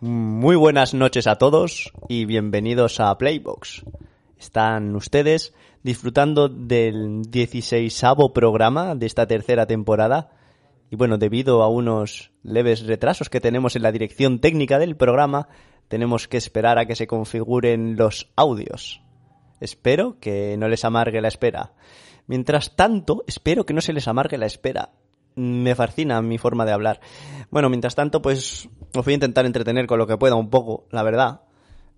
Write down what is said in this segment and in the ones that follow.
Muy buenas noches a todos y bienvenidos a Playbox. Están ustedes disfrutando del 16 programa de esta tercera temporada. Y bueno, debido a unos leves retrasos que tenemos en la dirección técnica del programa, tenemos que esperar a que se configuren los audios. Espero que no les amargue la espera. Mientras tanto, espero que no se les amargue la espera me fascina mi forma de hablar. Bueno, mientras tanto, pues os voy a intentar entretener con lo que pueda un poco, la verdad.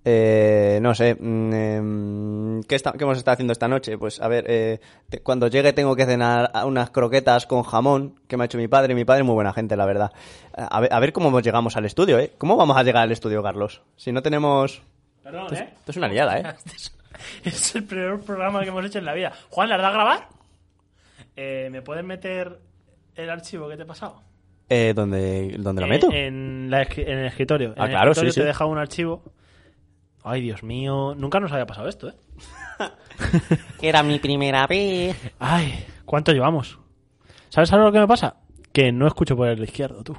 Eh, no sé, eh, ¿qué, está, ¿qué, hemos estado haciendo esta noche? Pues a ver, eh, te, cuando llegue tengo que cenar unas croquetas con jamón que me ha hecho mi padre. Mi padre es muy buena gente, la verdad. A ver, a ver cómo llegamos al estudio, ¿eh? ¿Cómo vamos a llegar al estudio, Carlos? Si no tenemos... Perdón, esto, ¿eh? Esto es una liada, ¿eh? es el peor programa que hemos hecho en la vida. Juan, ¿la verdad grabar? Eh, ¿Me puedes meter el archivo que te he pasado? Eh, ¿Dónde, dónde lo meto? eh, En, la, en el escritorio. Ah, en el claro, escritorio sí, sí. te he dejado un archivo. Ay, Dios mío. Nunca nos había pasado esto, ¿eh? Era mi primera vez. Ay, ¿cuánto llevamos? ¿Sabes ahora lo que me pasa? Que no escucho por el izquierdo, tú.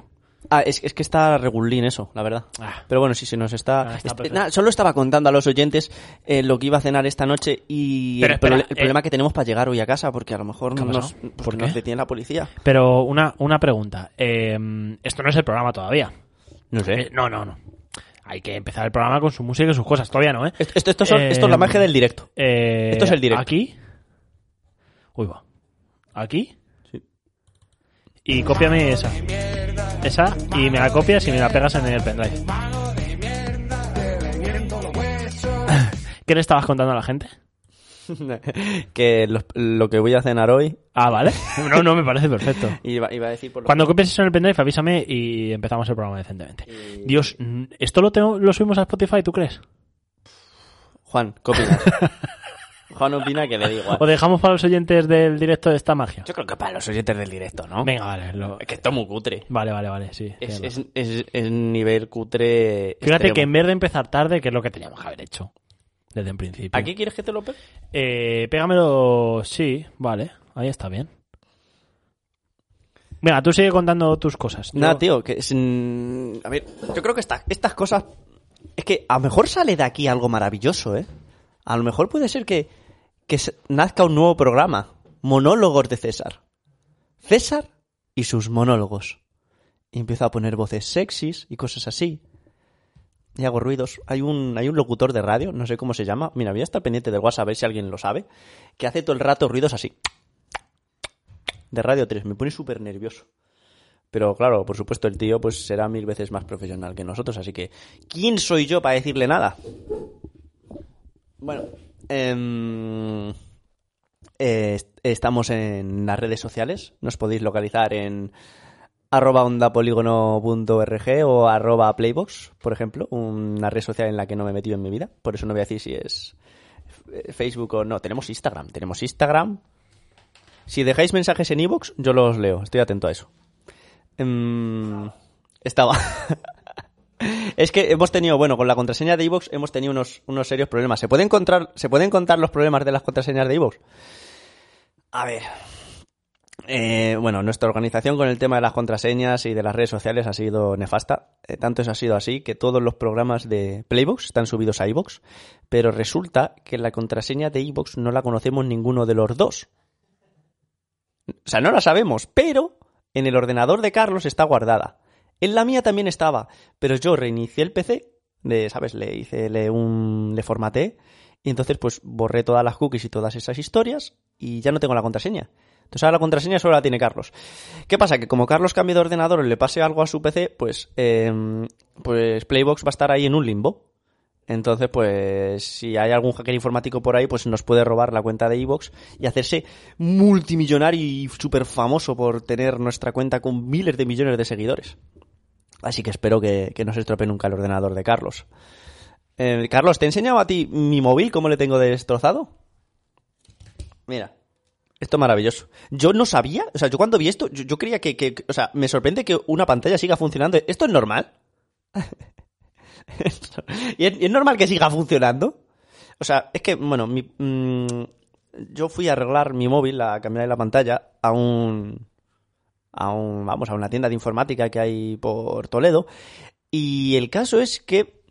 Ah, es, es que está regulín eso, la verdad. Ah. Pero bueno, sí, se nos está... Ah, está Este- perfecto. nada, solo estaba contando a los oyentes eh, lo que iba a cenar esta noche y Pero el, prole- espera, el eh. problema que tenemos para llegar hoy a casa, porque a lo mejor ¿Qué ha nos, pasado? porque ¿Por nos qué? detiene la policía. Pero una, una pregunta. Eh, esto no es el programa todavía. No Eh, no, no, no. Hay que empezar el programa con su música y sus cosas. Todavía no, ¿eh? Esto, esto- esto son- Eh, esto es la magia del directo. Eh, Esto es el directo. Aquí. Uy, va. Aquí. Sí. Y cópiame esa. Esa. Y me la copias y me la pegas en el pendrive. ¿Qué le estabas contando a la gente? que los- lo que voy a cenar hoy... Ah, vale. No, no, me parece perfecto. Iba, iba a decir por lo Cuando copies eso en el pendrive, avísame y empezamos el programa decentemente. Y- Dios, mm, ¿esto lo, tengo- lo subimos a Spotify, tú crees? Juan, ¿qué opinas? Juan opina que le digo. ¿O dejamos para los oyentes del directo de esta magia? Yo creo que para los oyentes del directo, ¿no? Venga, vale. lo- Es que esto es muy cutre. Vale, vale, vale, sí. Es, tienes razón. es, es- es nivel cutre. Fíjate extremo. que en vez de empezar tarde, que es lo que teníamos que haber hecho desde el principio. ¿Aquí quieres que te lo pegue? Eh, pégamelo, sí, vale, ahí está bien. Venga, tú sigue contando tus cosas. Yo- Nada, tío, que es, mm, A ver, yo creo que esta- estas cosas... Es que a lo mejor sale de aquí algo maravilloso, ¿eh? A lo mejor puede ser que, que se- nazca un nuevo programa. Monólogos de César. César y sus monólogos. Y empiezo a poner voces sexys y cosas así. Y hago ruidos. Hay un, hay un locutor de radio, no sé cómo se llama. Mira, voy a estar pendiente del WhatsApp a ver si alguien lo sabe. Que hace todo el rato ruidos así. De Radio 3. Me pone súper nervioso. Pero claro, por supuesto, el tío pues será mil veces más profesional que nosotros, así que ¿quién soy yo para decirle nada? Bueno, em, eh, est- estamos en las redes sociales, nos podéis localizar en arroba ondapoligono.org o arroba playbox, por ejemplo, una red social en la que no me he metido en mi vida, por eso no voy a decir si es eh, Facebook o no, tenemos Instagram, tenemos Instagram. Si dejáis mensajes en iVoox, yo los leo, estoy atento a eso. Em, estaba. es que hemos tenido, bueno, con la contraseña de iVoox hemos tenido unos, unos serios problemas. ¿Se pueden, encontrar, ¿Se pueden contar los problemas de las contraseñas de iVoox? A ver. Eh, bueno, nuestra organización con el tema de las contraseñas y de las redes sociales ha sido nefasta. Eh, tanto eso ha sido así que todos los programas de Playbox están subidos a iVoox, pero resulta que la contraseña de iVoox no la conocemos ninguno de los dos. O sea, no la sabemos, pero en el ordenador de Carlos está guardada. En la mía también estaba, pero yo reinicié el PC, le, ¿sabes? Le hice, le, un, le formateé, y entonces pues borré todas las cookies y todas esas historias, y ya no tengo la contraseña. Entonces ahora la contraseña solo la tiene Carlos. ¿Qué pasa? Que como Carlos cambie de ordenador o le pase algo a su PC, pues, em, pues Playbox va a estar ahí en un limbo. Entonces, pues, si hay algún hacker informático por ahí, pues nos puede robar la cuenta de Evox y hacerse multimillonario y súper famoso por tener nuestra cuenta con miles de millones de seguidores. Así que espero que, que no se estropee nunca el ordenador de Carlos. Eh, Carlos, ¿te he enseñado a ti mi móvil cómo le tengo destrozado? Mira, esto es maravilloso. Yo no sabía, o sea, yo cuando vi esto, yo, yo creía que, que- que- o sea, me sorprende que una pantalla siga funcionando. ¿Esto es normal? ¿Y es, y es normal que siga funcionando? O sea, es que, bueno, mi, mm, yo fui a arreglar mi móvil, a cambiar la pantalla, a un, a un, vamos, a una tienda de informática que hay por Toledo. Y el caso es que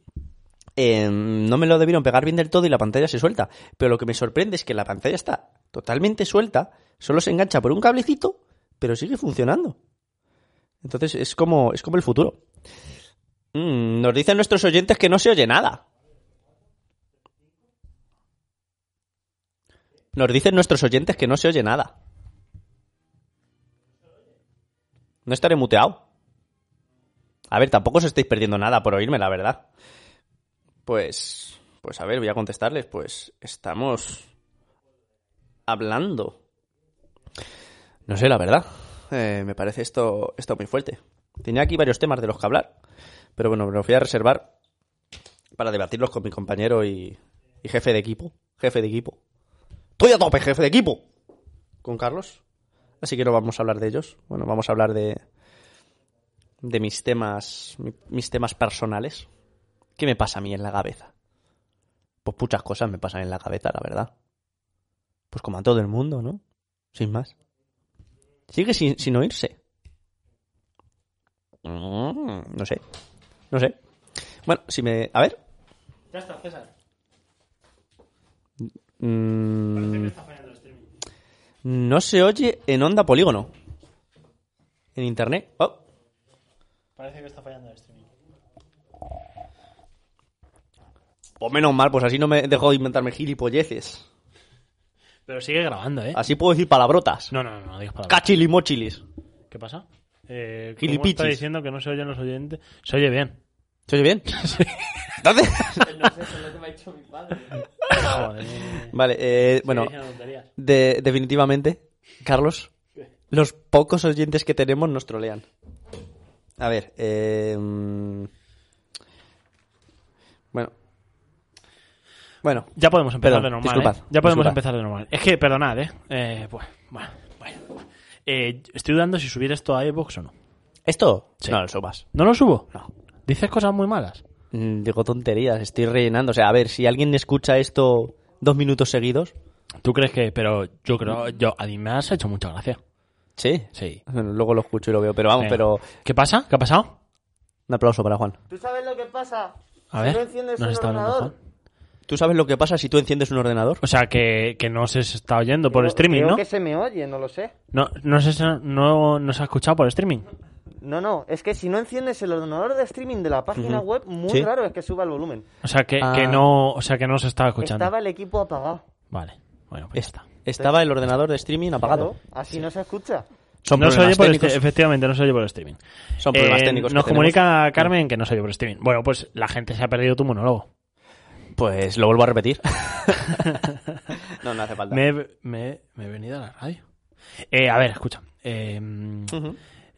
eh, no me lo debieron pegar bien del todo y la pantalla se suelta. Pero lo que me sorprende es que la pantalla está totalmente suelta, solo se engancha por un cablecito, pero sigue funcionando. Entonces es como, es como el futuro. Mm, nos dicen nuestros oyentes que no se oye nada. Nos dicen nuestros oyentes que no se oye nada. No estaré muteado. A ver, tampoco os estáis perdiendo nada por oírme, la verdad. Pues, pues a ver, voy a contestarles. Pues estamos hablando. No sé, la verdad. Eh, me parece esto, esto muy fuerte. Tenía aquí varios temas de los que hablar, pero bueno, me los voy a reservar para debatirlos con mi compañero y, y jefe de equipo. Jefe de equipo. Estoy a tope, jefe de equipo. Con Carlos. Así que no vamos a hablar de ellos. Bueno, vamos a hablar de de mis temas, mi- mis temas personales. ¿Qué me pasa a mí en la cabeza? Pues muchas cosas me pasan en la cabeza, la verdad. Pues como a todo el mundo, ¿no? Sin más. Sigue sin, sin oírse. Mm, No sé. No sé. Bueno, si me... A ver. Ya está, César. Mm, Parece que está fallando el streaming. no se oye en onda polígono. En internet. Oh, Parece que está fallando el streaming. pues menos mal, pues así no me dejo de inventarme gilipolleces. Pero sigue grabando, ¿eh? Así puedo decir palabrotas. No, no, no, no digas palabras. Cachilimochilis. ¿Qué pasa? Eh, ¿cómo Gilipichis. está diciendo que no se oyen los oyentes? Se oye bien. ¿Se oye bien? Entonces... No sé, eso es lo que me ha dicho mi padre. Joder. Vale, eh, Sigue bueno, diciendo tonterías. de- definitivamente, Carlos, los pocos oyentes que tenemos nos trolean. A ver, eh, mm, bueno. Bueno, Ya podemos empezar Perdón, de normal. disculpad, ¿eh? Ya podemos disculpad. empezar de normal. Es que, perdonad, ¿eh? eh pues, bueno, bueno. Eh, estoy dudando si subir esto a iVoox o no. ¿esto? Sí. No lo subas. ¿No lo subo? No. ¿Dices cosas muy malas? Mm, Digo tonterías, estoy rellenando. O sea, a ver, si alguien escucha esto dos minutos seguidos. ¿Tú crees que.? Pero yo creo. Yo, a mí me has hecho mucha gracia. Sí. Sí. Bueno, luego lo escucho y lo veo, pero vamos, Venga. pero ¿Qué pasa? ¿Qué ha pasado? un aplauso para Juan. ¿Tú sabes lo que pasa? A Si ver. no enciendes nos un está hablando ordenador. Juan. ¿Tú sabes lo que pasa si tú enciendes un ordenador? O sea, que, que no se está oyendo por Creo- streaming, creo ¿no? que se me oye, no lo sé. No, no, sé si no, no se ha escuchado por streaming. No, no, es que si no enciendes el ordenador de streaming de la página web, muy Sí. raro es que suba el volumen. O sea, que, Ah. que no, o sea, que no se estaba escuchando. Estaba el equipo apagado. Vale. Bueno, pues ya Est- está. Estaba el ordenador de streaming apagado. Claro, Así no se escucha. Son no problemas se oye por técnicos. este- efectivamente, no se oye por streaming. Son problemas Eh, técnicos. Nos que comunica Carmen que no se oye por streaming. Bueno, pues la gente se ha perdido tu monólogo. tenemos. Pues lo vuelvo a repetir. no, no hace falta. Me, he- me- me he venido a la radio. Eh, a ver, escucha. Eh, Ujú.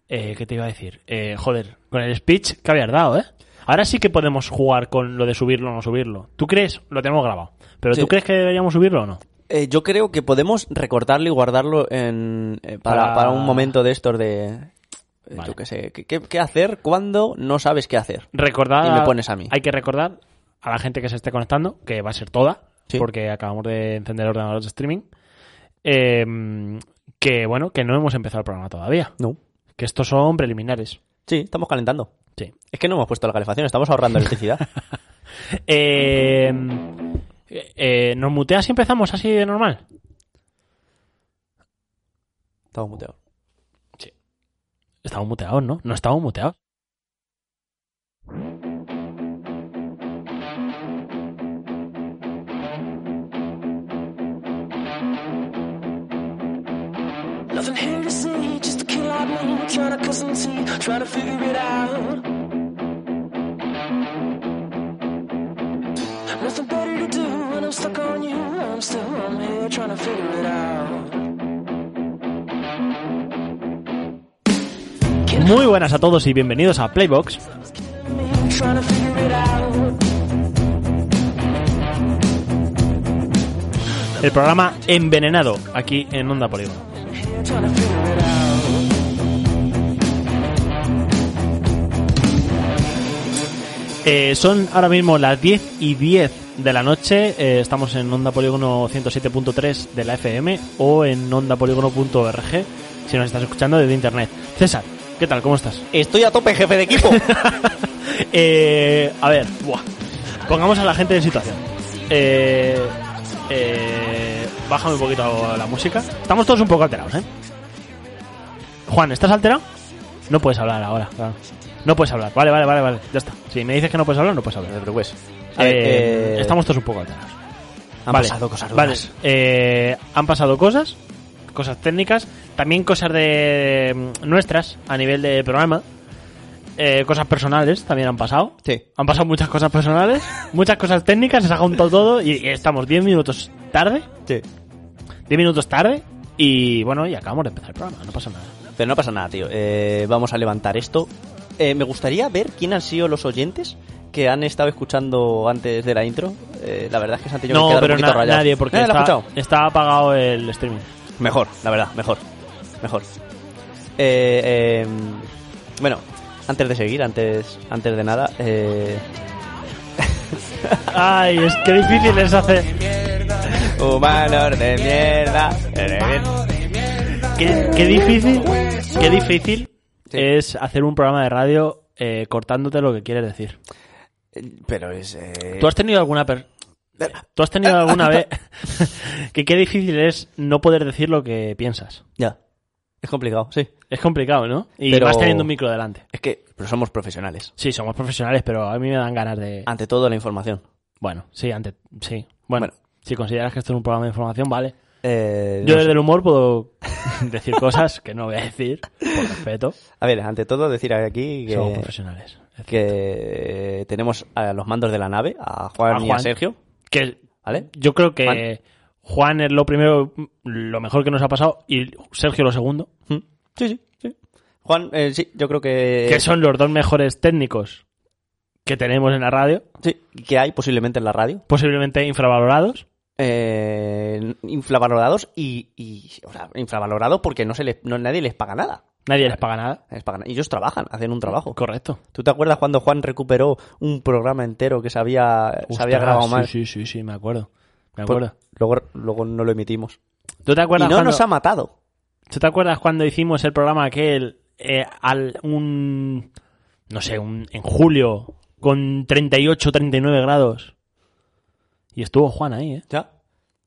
eh, ¿Qué te iba a decir? Eh, joder, con el speech que habías dado, ¿eh? Ahora sí que podemos jugar con lo de subirlo o no subirlo. ¿Tú crees? Lo tenemos grabado. ¿Pero Sí. tú crees que deberíamos subirlo o no? Eh, yo creo que podemos recortarlo y guardarlo en, eh, para, Para- para un momento de estos de... eh, Vale. Yo qué sé. ¿qué, qué, qué hacer cuando no sabes qué hacer? Recordad. Y me pones a mí. Hay que recordar a la gente que se esté conectando, que va a ser toda, Sí. porque acabamos de encender el ordenador de streaming. eh, que bueno, que no hemos empezado el programa todavía. No. Que estos son preliminares. Sí, estamos calentando. Sí. Es que no hemos puesto la calefacción, estamos ahorrando electricidad. Eh, eh, ¿Nos muteas y empezamos así de normal? estamos muteados. Estamos muteados, ¿no? No estamos muteados. Nothing here to see, just a kid like me trying to cut some tea, trying to figure it out. Nothing better to do when I'm stuck on you. I'm still I'm here trying to figure it out. Can Muy buenas a todos y bienvenidos a Playbox. Trying to figure it out. El programa envenenado aquí en Onda Polígono. Trying to figure it out. Eh, son ahora mismo las 10 y 10 de la noche. eh, estamos en Onda Polígono 107.3 de la FM o en ondapoligono.org si nos estás escuchando desde internet. César, ¿qué tal? ¿Cómo estás? Estoy a tope, jefe de equipo. Eh, a ver, buah. pongamos a la gente en situación. Eh, eh, bájame un poquito la música. Estamos todos un poco alterados, ¿eh? Juan, ¿estás alterado? No puedes hablar ahora. claro. No puedes hablar. Vale, vale, vale, vale. Ya está. Si me dices que no puedes hablar, no puedes hablar. A ver, Eh, eh, Estamos todos un poco alterados. Han Vale, pasado cosas Vale, raras. eh, han pasado cosas, cosas técnicas, también cosas de mm, nuestras a nivel de programa, eh, cosas personales también han pasado. Sí. Han pasado muchas cosas personales, muchas cosas técnicas, se ha juntado todo y, y estamos 10 minutos tarde, Sí. 10 minutos tarde y bueno, y acabamos de empezar el programa, no pasa nada. Pero no pasa nada, tío. Eh, vamos a levantar esto. Eh, me gustaría ver quién han sido los oyentes que han estado escuchando antes de la intro. Eh, la verdad es que se han tenido no, que quedar pero un poquito na- rayados. nadie, porque Nadie lo ha está, escuchado. está apagado el streaming. Mejor, la verdad, mejor. Mejor. Eh, eh, bueno, antes de seguir, antes, antes de nada, eh, Ay, es que difícil es hacer... Humanos de mierda. Qué, qué difícil, qué difícil Sí. es hacer un programa de radio eh, cortándote lo que quieres decir. Pero es. eh, ¿Tú has tenido alguna per- ¿Tú has tenido alguna vez que qué difícil es no poder decir lo que piensas? Ya. Es complicado, sí. Es complicado, ¿no? Y Pero- vas teniendo un micro delante. Es que pero somos profesionales. Sí, somos profesionales, pero a mí me dan ganas de... Ante todo, la información. Bueno, sí, antes... Sí. Bueno, Bueno. si consideras que esto es un programa de información, vale. Eh, Yo no sé. desde el humor puedo decir cosas que no voy a decir, por respeto. A ver, ante todo, decir aquí que, Somos profesionales. que tenemos a los mandos de la nave, a Juan, A y a Juan. Sergio. Que ¿Vale? Yo creo que Juan. Juan es lo primero, lo mejor que nos ha pasado, y Sergio lo segundo, Mm. Sí, sí, sí. Juan, eh, sí, yo creo que. que son los dos mejores técnicos que tenemos en la radio, Sí, que hay posiblemente en la radio. posiblemente infravalorados. Eh, infravalorados y, y. O sea, infravalorados porque no se les, no, nadie les paga nada. Nadie les paga nada. Les pagan- Ellos trabajan, hacen un trabajo. Correcto. ¿Tú te acuerdas cuando Juan recuperó un programa entero que se había, se había Ostras, grabado mal? Sí, sí, sí, sí, me acuerdo. Me Pues, acuerdo. luego, luego no lo emitimos. ¿Tú te Y acuerdas, no cuando, nos ha matado. ¿tú te acuerdas cuando hicimos el programa aquel, eh, al, un, no sé, un, en julio, con 38, 39 grados? Y estuvo Juan ahí, ¿eh? ¿Ya?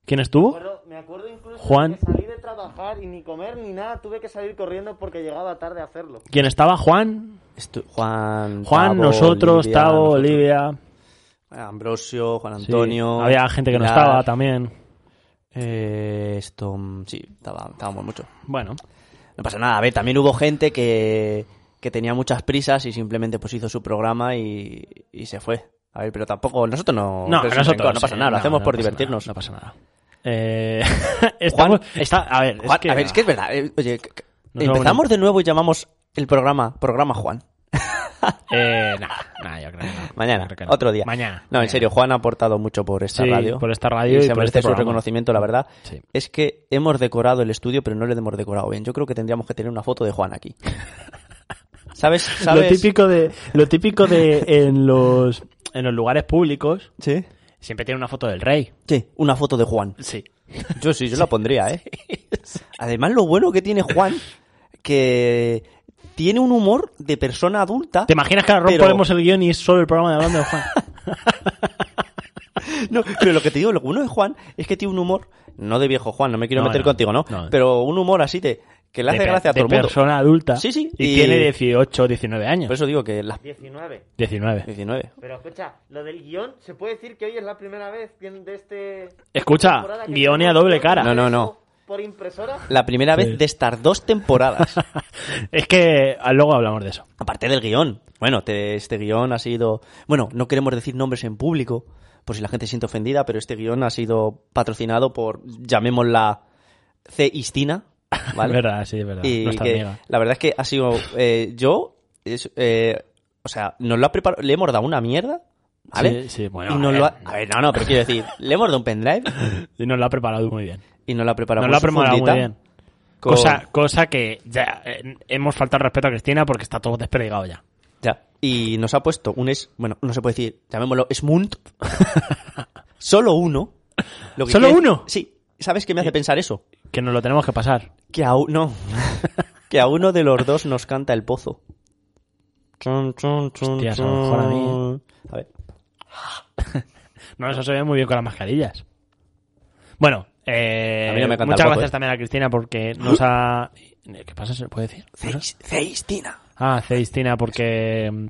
¿Quién estuvo? acuerdo- me acuerdo incluso Uh. Juan. que salí de trabajar y ni comer ni nada, tuve que salir corriendo porque llegaba tarde a hacerlo. ¿Quién estaba? Juan, Estu- Juan, Juan, Tavo, nosotros, Olivia, Tavo, nosotros. Olivia, Ambrosio, Juan sí. Antonio. Había gente que no Pilar. estaba también. Eh, esto, mm, sí, estaba- estábamos mucho. Bueno, No pasa nada. A ver, también hubo gente que, que tenía muchas prisas y simplemente pues hizo su programa y, y se fue. A ver, pero tampoco, nosotros no. no, pero es un nosotros rencor, no pasa sí, nada, lo hacemos no por pasa divertirnos. nada, no pasa nada. Eh, estamos- está, a ver, Juan, es que, a ver, es que es verdad. eh, oye, c- c- Nos empezamos de nuevo y llamamos el programa, programa Juan. eh, nah, nah, yo creo que no. Mañana, Yo creo que no. otro día. Mañana. No, en serio, Juan ha aportado mucho por esta Sí, radio. por esta radio y se por merece este su programa. reconocimiento, la verdad. Sí. Es que hemos decorado el estudio, pero no le hemos decorado bien. Yo creo que tendríamos que tener una foto de Juan aquí. ¿Sabes? ¿Sabes? Lo típico de, lo típico de en los, en los lugares públicos Sí. siempre tiene una foto del rey. Sí, una foto de Juan. Sí. Yo sí, yo la pondría, ¿eh? Además, lo bueno que tiene Juan, que tiene un humor de persona adulta. ¿Te imaginas que ahora Pero- rompemos el guión y es solo el programa de hablando de Juan? No, pero lo que te digo, lo bueno de Juan es que tiene un humor, no de viejo Juan, no me quiero No, meter no, contigo, ¿no? no. Pero un humor así de que le hace de, per- gracia a de todo el mundo. persona adulta. Sí, sí, Y, y- Pues- tiene 18, 19 años. Por eso digo que las 19. 19. 19. Pero escucha, lo del guión, ¿se puede decir que hoy es la primera vez que en- de este... Escucha, temporada que guione a tenemos doble todo cara. No, no, no. ¿Por impresora? La primera vez de estas dos temporadas. Es que ah, luego hablamos de eso. Aparte del guión. Bueno, te- este guión ha sido. Bueno, no queremos decir nombres en público, por si la gente se siente ofendida, pero este guión ha sido patrocinado por, llamémosla C. Istina, ¿vale? Es verdad, sí, es verdad. Y Nuestra que amiga. la verdad es que ha sido eh, yo, es, eh, o sea, nos lo ha preparado, le hemos dado una mierda, ¿vale? Sí, sí, bueno, y a nos ver. lo ha- a ver, no, no, pero quiero decir, le hemos dado un pendrive Y nos lo ha preparado muy bien. y nos lo ha preparado Nos lo ha con su preparado muy fundita, bien. con- Cosa, cosa que ya eh, hemos faltado al respeto a Cristina porque está todo desperdigado ya. Ya. Y nos ha puesto un es, bueno, no se puede decir, llamémoslo Smunt. Solo uno. Lo ¿Solo quiere- uno? Sí. ¿Sabes qué me hace pensar eso? Que nos lo tenemos que pasar. Que a u- no. que a uno de los dos nos canta el pozo. Chun, chun, chun, Hostia, eso a lo mejor a mí, ¿eh? chun. A ver. No, eso se ve muy bien con las mascarillas. Bueno, eh, A mí no me canta el muchas guapo, gracias ¿eh? también a Cristina porque nos ha... ¿Qué pasa? ¿Se puede decir? Ceis- Ceistina. Ah, Cristina porque mm,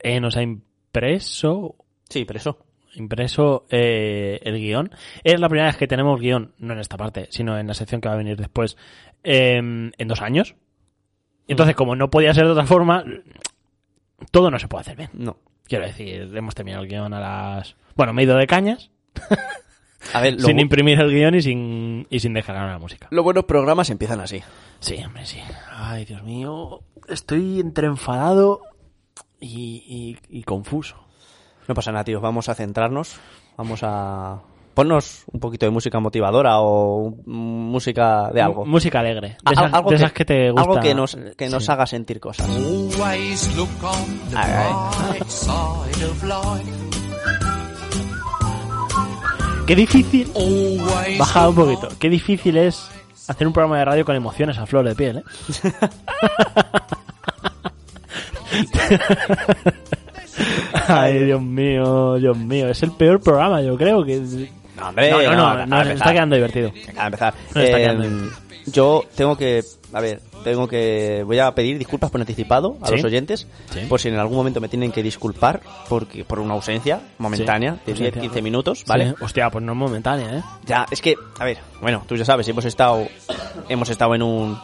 eh, nos ha impreso Sí, pero eso. impreso eh, el guión. Es la primera vez que tenemos guión, no en esta parte, sino en la sección que va a venir después, eh, en dos años. Mm. Entonces, como no podía ser de otra forma, todo no se puede hacer bien. No. Quiero decir, hemos terminado el guión a las... Bueno, me he ido de cañas, A ver, lo sin bu- imprimir el guión y sin, y sin descargar la música. los buenos programas empiezan así. Sí, hombre, sí. Ay, Dios mío. Estoy entre enfadado y, y- y confuso. No pasa nada, tío. Vamos a centrarnos. Vamos a. Ponnos un poquito de música motivadora o mm, música de algo. M- música alegre. A- De esas, algo de esas que, te gusta. Algo que nos, que nos Sí. haga sentir cosas. Always look on the All right. bright side of life. Qué difícil. Always Baja un look poquito. Qué difícil es hacer un programa de radio con emociones a flor de piel, ¿eh? Ay, Dios mío, Dios mío. Es el peor programa, yo creo que... No, hombre, no, no, no, para no, se empezar. está quedando divertido. Para empezar. No está Eh, quedando bien. yo tengo que. A ver, tengo que. Voy a pedir disculpas por anticipado a Sí. los oyentes. Sí. Por si en algún momento me tienen que disculpar porque por una ausencia momentánea de ausencia. 10-15 minutos, ¿vale? Sí. Hostia, pues no es momentánea, ¿eh? Ya, es que, a ver, bueno, tú ya sabes, hemos estado. Hemos estado en un.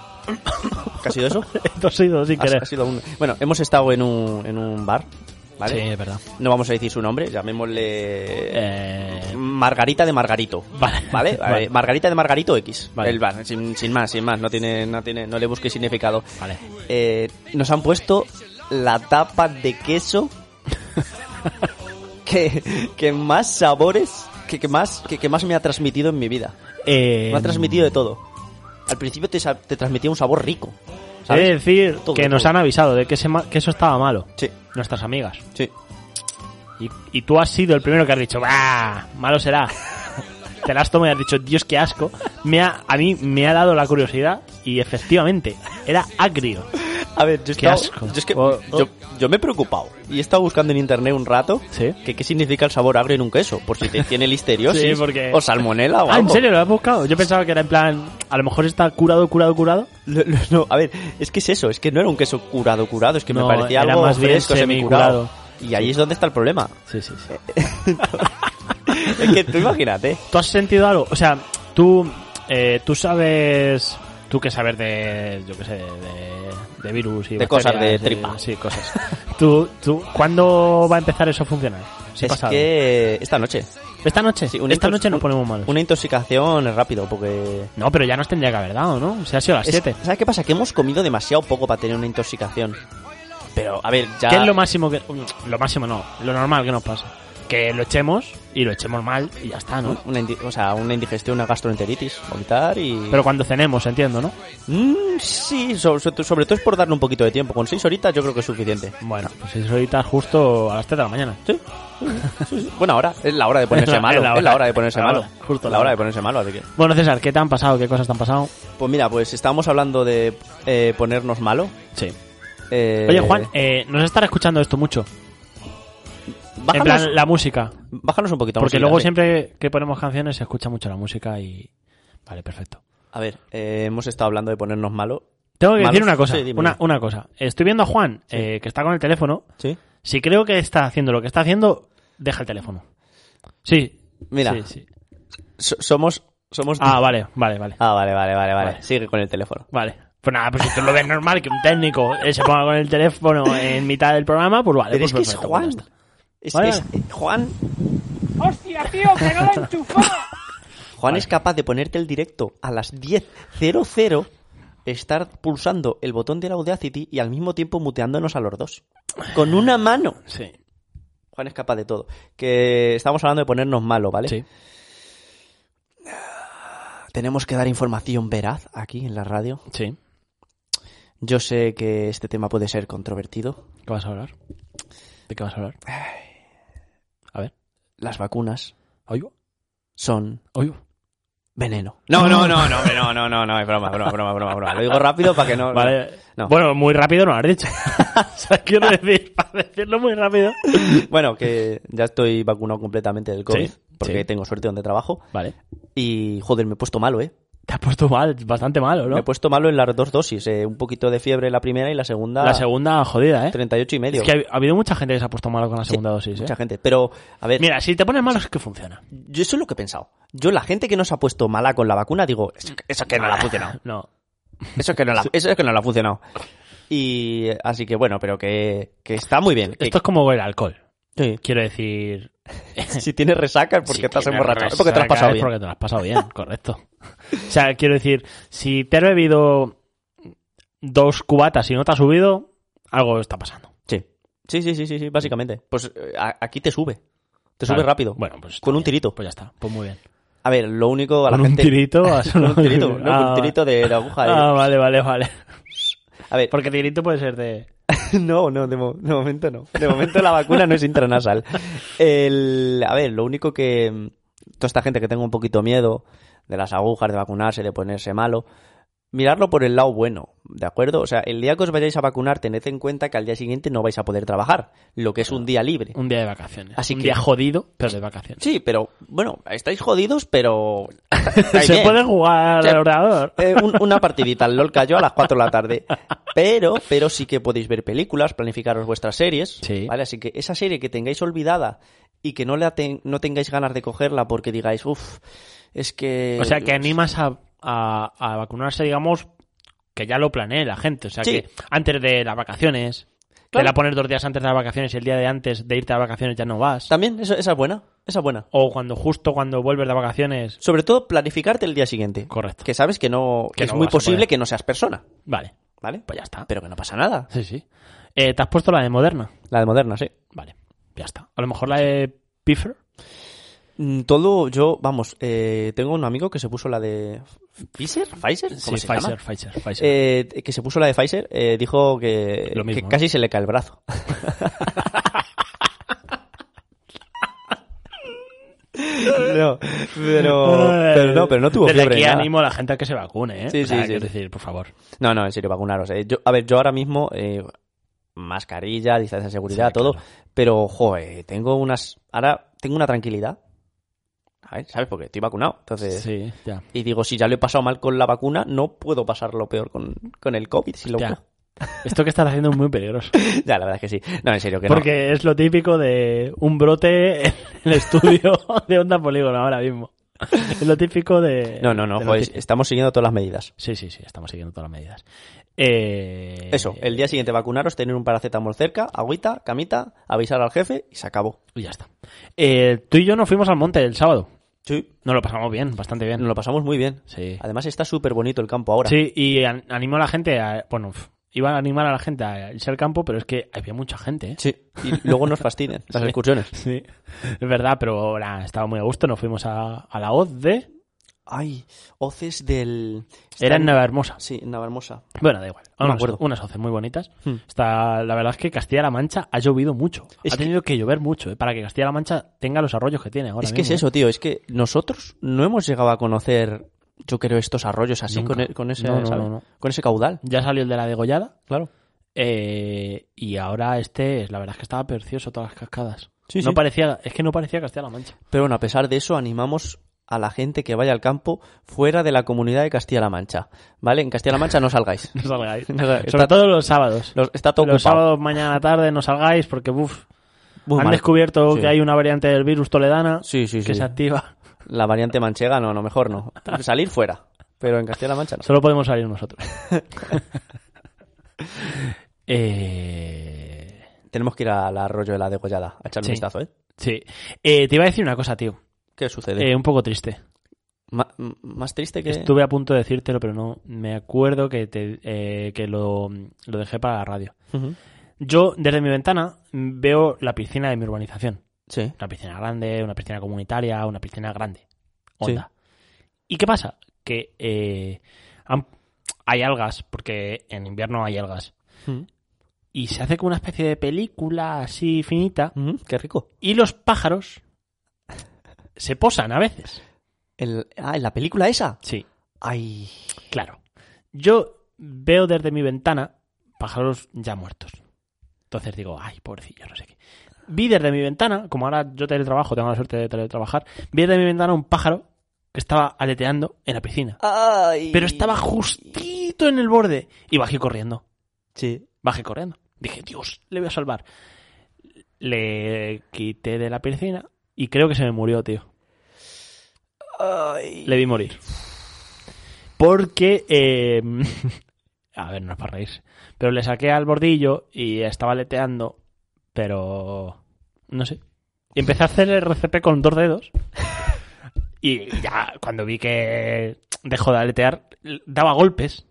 ¿Qué ha sido eso? Esto ha sido sin Ha- querer. ha sido un- bueno, hemos estado en un, en un bar, ¿vale? Sí, es verdad. No vamos a decir su nombre, llamémosle. Eh, Margarita de Margarito. Vale. ¿Vale? Eh, Vale. Margarita de Margarito X. Vale. El bar, sin, sin más, sin más. No tiene, no tiene, no le busquéis significado. Vale. Eh, nos han puesto la tapa de queso que, que más sabores, que, que más, que, que más me ha transmitido en mi vida. eh, Me ha transmitido de todo. Al principio te, sa- te transmitía un sabor rico. ¿sabes? He de decir Todo, que nos todo. han avisado de que, ese ma- que eso estaba malo. Sí, Nuestras amigas. sí. Y, y tú has sido el primero que has dicho, ¡bah! Malo será. Te las tomo y has dicho, Dios, qué asco. Me ha- a mí me ha dado la curiosidad y efectivamente, era agrio. A ver, yo, he Qué estado- asco. yo es que Oh, oh. Yo, yo me he preocupado y he estado buscando en internet un rato Sí. que qué significa el sabor agrio en un queso, por si te tiene listeriosis Sí, porque- o salmonela o Ah, ¿en algo. serio? ¿Lo has buscado? Yo pensaba que era en plan, a lo mejor está curado, curado, curado. Lo- lo- no, a ver, es que es eso, es que no era un queso curado curado, es que No, me parecía era algo más bien fresco, semicurado. semicurado. Y ahí es donde está el problema. Sí, sí, sí. es que tú imagínate. ¿Tú has sentido algo? O sea, tú, eh, tú sabes... Tú que saber de, yo qué sé, de, de virus y De cosas, bacterias de y- tripa. Sí, cosas. ¿Tú, tú, ¿Cuándo va a empezar eso a funcionar? Sí, es pasado. que esta noche. Esta noche, Sí, una esta intox- noche nos un- ponemos malos. Una intoxicación es rápido porque... No, pero ya nos tendría que haber dado, ¿no? Se ha sido a las es- 7. ¿Sabes qué pasa? Que hemos comido demasiado poco para tener una intoxicación. Pero, a ver, ya... ¿Qué es lo máximo que.? mm, Lo máximo no, lo normal que nos pasa. Que lo echemos y lo echemos mal y ya está, ¿no? Una indi- o sea, una indigestión, una gastroenteritis, vomitar y... Pero cuando cenemos, entiendo, ¿no? Mm, sí, so- so- sobre todo es por darle un poquito de tiempo. Con seis horitas yo creo que es suficiente. Bueno, pues es ahorita justo a las 3 de la mañana. Sí. Bueno, ahora es la hora de Es ponerse la- malo. es la hora. de ponerse La malo. hora, justo la, la hora hora. de ponerse malo, así que. Bueno, César, ¿qué te han pasado? ¿Qué cosas te han pasado? Pues mira, pues estábamos hablando de eh, ponernos malo. Sí. Eh, Oye, Juan, eh, nos estará escuchando esto mucho. En bájanos, plan, la música. bájanos un poquito. la Porque música, luego sí. siempre que ponemos canciones se escucha mucho la música y. Vale, perfecto. A ver, eh, hemos estado hablando de ponernos malo. Tengo que Malos- decir una cosa. Sí, dime. una, una cosa. Estoy viendo a Juan, eh, que está con el teléfono. Sí. Si creo que está haciendo lo que está haciendo, deja el teléfono. Sí. Mira. Sí, sí. So- somos. somos Ah, vale, vale, vale. Ah, vale, vale, vale, vale, Vale. Sigue con el teléfono. Vale. Pues nada, pues si tú lo ves normal que un técnico eh, se ponga con el teléfono en mitad del programa, pues vale. Pero pues es que es perfecto, Juan. pues ya está. Es, Vale, es- eh, Juan. ¡Hostia, tío! ¡Que no la he enchufado! Juan es capaz de ponerte el directo a las 10.00, estar pulsando el botón de la Audacity y al mismo tiempo muteándonos a los dos. Con una mano. Sí. Juan es capaz de todo. Que estamos hablando de ponernos malo, ¿vale? Sí. Tenemos que dar información veraz aquí en la radio. Sí. Yo sé que este tema puede ser controvertido. ¿Qué vas a hablar? ¿De qué vas a hablar? A ver. Las vacunas ¿Oigo? son ¿Oigo? veneno. No, no, no, no, no, no, no, no, es broma, broma, broma, broma, broma. Lo digo rápido para que no. Vale. no. Bueno, muy rápido no lo has dicho. o sea, quiero decir, para decirlo muy rápido. Bueno, que ya estoy vacunado completamente del COVID, Sí, porque sí. tengo suerte donde trabajo. Vale. Y, joder, me he puesto malo, ¿eh? Te has puesto mal, bastante malo, ¿no? Me he puesto malo en las dos dosis. eh, Un poquito de fiebre la primera y la segunda. La segunda jodida, ¿eh? 38 y medio. Es que ha ha habido mucha gente que se ha puesto malo con la Sí, segunda dosis, ¿eh? Mucha gente. Pero, a ver, Mira, si te pones malo es que funciona. yo eso es lo que he pensado. Yo, la gente que no se ha puesto mala con la vacuna, digo, eso, eso es que no la ha funcionado. No. Eso es que no la, eso es que no la ha funcionado. Y eh, así que bueno, pero que, que está muy bien. que- Esto es como el alcohol. sí. Quiero decir... Si tienes resaca es porque si estás tienes emborrachado. es porque te lo has resaca pasado es bien. Porque te lo has pasado bien, correcto. O sea, quiero decir, si te has bebido dos cubatas y no te ha subido, algo está pasando. Sí. Sí, sí, sí, sí, sí, básicamente. Pues eh, a- aquí te sube. Te Claro. sube rápido. Bueno, pues está Con un bien. tirito. Pues ya está, pues muy bien. A ver, lo único a la Con un gente- tirito... Con un tirito, no, con un tirito de, de aguja. de- Ah, vale, vale, vale. A ver, Porque tirito puede ser de... no, no, de, mo- de momento no. De momento la vacuna no es intranasal. El, a ver, lo único que mm, toda esta gente que tenga un poquito miedo de las agujas, de vacunarse, de ponerse malo, mirarlo por el lado bueno, ¿de acuerdo? O sea, el día que os vayáis a vacunar, tened en cuenta que al día siguiente no vais a poder trabajar, lo que es un día libre. Un día de vacaciones. Así un que- día jodido, pero de vacaciones. Sí, pero bueno, estáis jodidos, pero... estáis Se bien. puede jugar Sí. al ordenador. Eh, un- una partidita al LOL cayó a las 4 de la tarde. Pero, pero sí que podéis ver películas, planificaros vuestras series. Sí. ¿vale? Así que esa serie que tengáis olvidada y que no, la ten- no tengáis ganas de cogerla porque digáis, uff, es que. O sea, que animas a, a- a vacunarse, digamos, que ya lo planee la gente. O sea, Sí. que antes de las vacaciones, Claro. te la pones dos días antes de las vacaciones y el día de antes de irte a vacaciones ya no vas. También, eso- esa es buena. Esa es buena. O cuando justo cuando vuelves de vacaciones. Sobre todo, planificarte el día siguiente. Correcto. Que sabes que no. Que Que es no muy vas a posible poder. que no seas persona. Vale, ¿Vale? pues ya está. Pero que no pasa nada. Sí, sí. Eh, ¿Te has puesto la de Moderna? La de Moderna, sí. Vale, ya está. A lo mejor la de Pfizer. Mm, Todo, yo, vamos, eh, tengo un amigo que se puso la de. ¿Pfizer? ¿Pfizer? Sí, ¿Cómo se llama? Pfizer, Pfizer, Pfizer. Eh, que se puso la de Pfizer, eh, dijo que, Lo mismo, que ¿eh? ¿no? casi se le cae el brazo. no, pero, pero no, pero no tuvo Desde fiebre. aquí ni nada. animo a la gente a que se vacune, ¿eh? Sí, O sea, sí, sí. quiero decir, por favor. No, no, en serio, vacunaros. eh. Yo, a ver, yo ahora mismo, eh, mascarilla, distancia de seguridad, Sí, todo, claro. pero, joder, tengo unas, ahora tengo una tranquilidad. A ver, ¿sabes? Porque estoy vacunado, entonces... Sí, ya. Y digo, si ya lo he pasado mal con la vacuna, no puedo pasarlo peor con, con el COVID. Si lo Ya. cojo. Esto que estás haciendo es muy peligroso. ya, la verdad es que sí. No, en serio, que no. Porque es lo típico de un brote en el estudio de Onda Polígono ahora mismo. Es lo típico de... No, no, no, de lo pues típico. estamos siguiendo todas las medidas. Sí, sí, sí, estamos siguiendo todas las medidas. Eh, Eso, el día siguiente vacunaros, tener un paracetamol cerca, agüita, camita, avisar al jefe y se acabó. Y ya está. Eh, tú y yo nos fuimos al monte el sábado. Sí. Nos lo pasamos bien, bastante bien. Nos lo pasamos muy bien. Sí. Además está súper bonito el campo ahora. Sí, y an- animó a la gente a... Bueno, pf, iba a animar a la gente a irse al campo, pero es que había mucha gente, ¿eh? Sí. Y luego nos fastidian las Sí. excursiones. Sí, es verdad, pero nada, estaba muy a gusto. Nos fuimos a, a la E. OZ de... Ay, hoces del... Era en están- Navahermosa. Sí, en Navahermosa. Bueno, da igual. Ah, No me unas, acuerdo. unas hoces muy bonitas. Hmm. Está, la verdad es que Castilla-La Mancha ha llovido mucho. Es ha que- tenido que, llover mucho eh, para que Castilla-La Mancha tenga los arroyos que tiene ahora. es que es mismo, ¿eh? eso, tío. Es que nosotros no hemos llegado a conocer, yo creo, estos arroyos así Nunca. con, e- con ese, No, no, ¿sabes? no, no. con ese caudal. eh. Ya salió el de la degollada. Claro. eh, y ahora este, la verdad es que estaba precioso todas las cascadas. Sí, no sí. parecía, es que no parecía Castilla-La Mancha. Pero bueno, a pesar de eso, animamos a la gente que vaya al campo fuera de la comunidad de Castilla-La Mancha. ¿Vale? En Castilla-La Mancha no salgáis. No salgáis. No salgáis. Sobre Está- todo los sábados. Los- está todo los ocupado. sábados mañana tarde no salgáis porque buf, Muy han mal. descubierto Sí. que hay una variante del virus toledana Sí, sí, que sí. se activa. La variante manchega, no, no, mejor no. Salir fuera. Pero en Castilla-La Mancha no. Solo podemos salir nosotros. Eh, Tenemos que ir al arroyo de la degollada a echarle Sí. un vistazo, ¿eh? sí. Eh, te iba a decir una cosa, tío. ¿Qué sucede? Eh, un poco triste. Ma- m- más triste que... Estuve a punto de decírtelo, pero no. Me acuerdo que, te, eh, que lo, lo dejé para la radio. Ujú. Yo, desde mi ventana, veo la piscina de mi urbanización. Sí. Una piscina grande, una piscina comunitaria, una piscina grande. Onda. ¿Y qué pasa? Que eh, han- hay algas, porque en invierno hay algas. Ujú. Y se hace como una especie de película así finita. Ujú, Qué rico. Y los pájaros se posan a veces. El- Ah, en la película esa. Sí. Ay. Claro. Yo veo desde mi ventana pájaros ya muertos. Entonces digo, ay, pobrecillo, no sé qué. Vi desde mi ventana, como ahora yo teletrabajo, tengo la suerte de teletrabajar, vi desde mi ventana un pájaro que estaba aleteando en la piscina. Ay. Pero estaba justito en el borde. Y bajé corriendo. Sí. Bajé corriendo. Dije, Dios, le voy a salvar. Le quité de la piscina y creo que se me murió, tío. Ay. le vi morir. Porque. eh, a ver, no es para reírse. Pero le saqué al bordillo y estaba leteando, pero. No sé. Y empecé a hacer el RCP con dos dedos. Y ya cuando vi que dejó de aletear, daba golpes.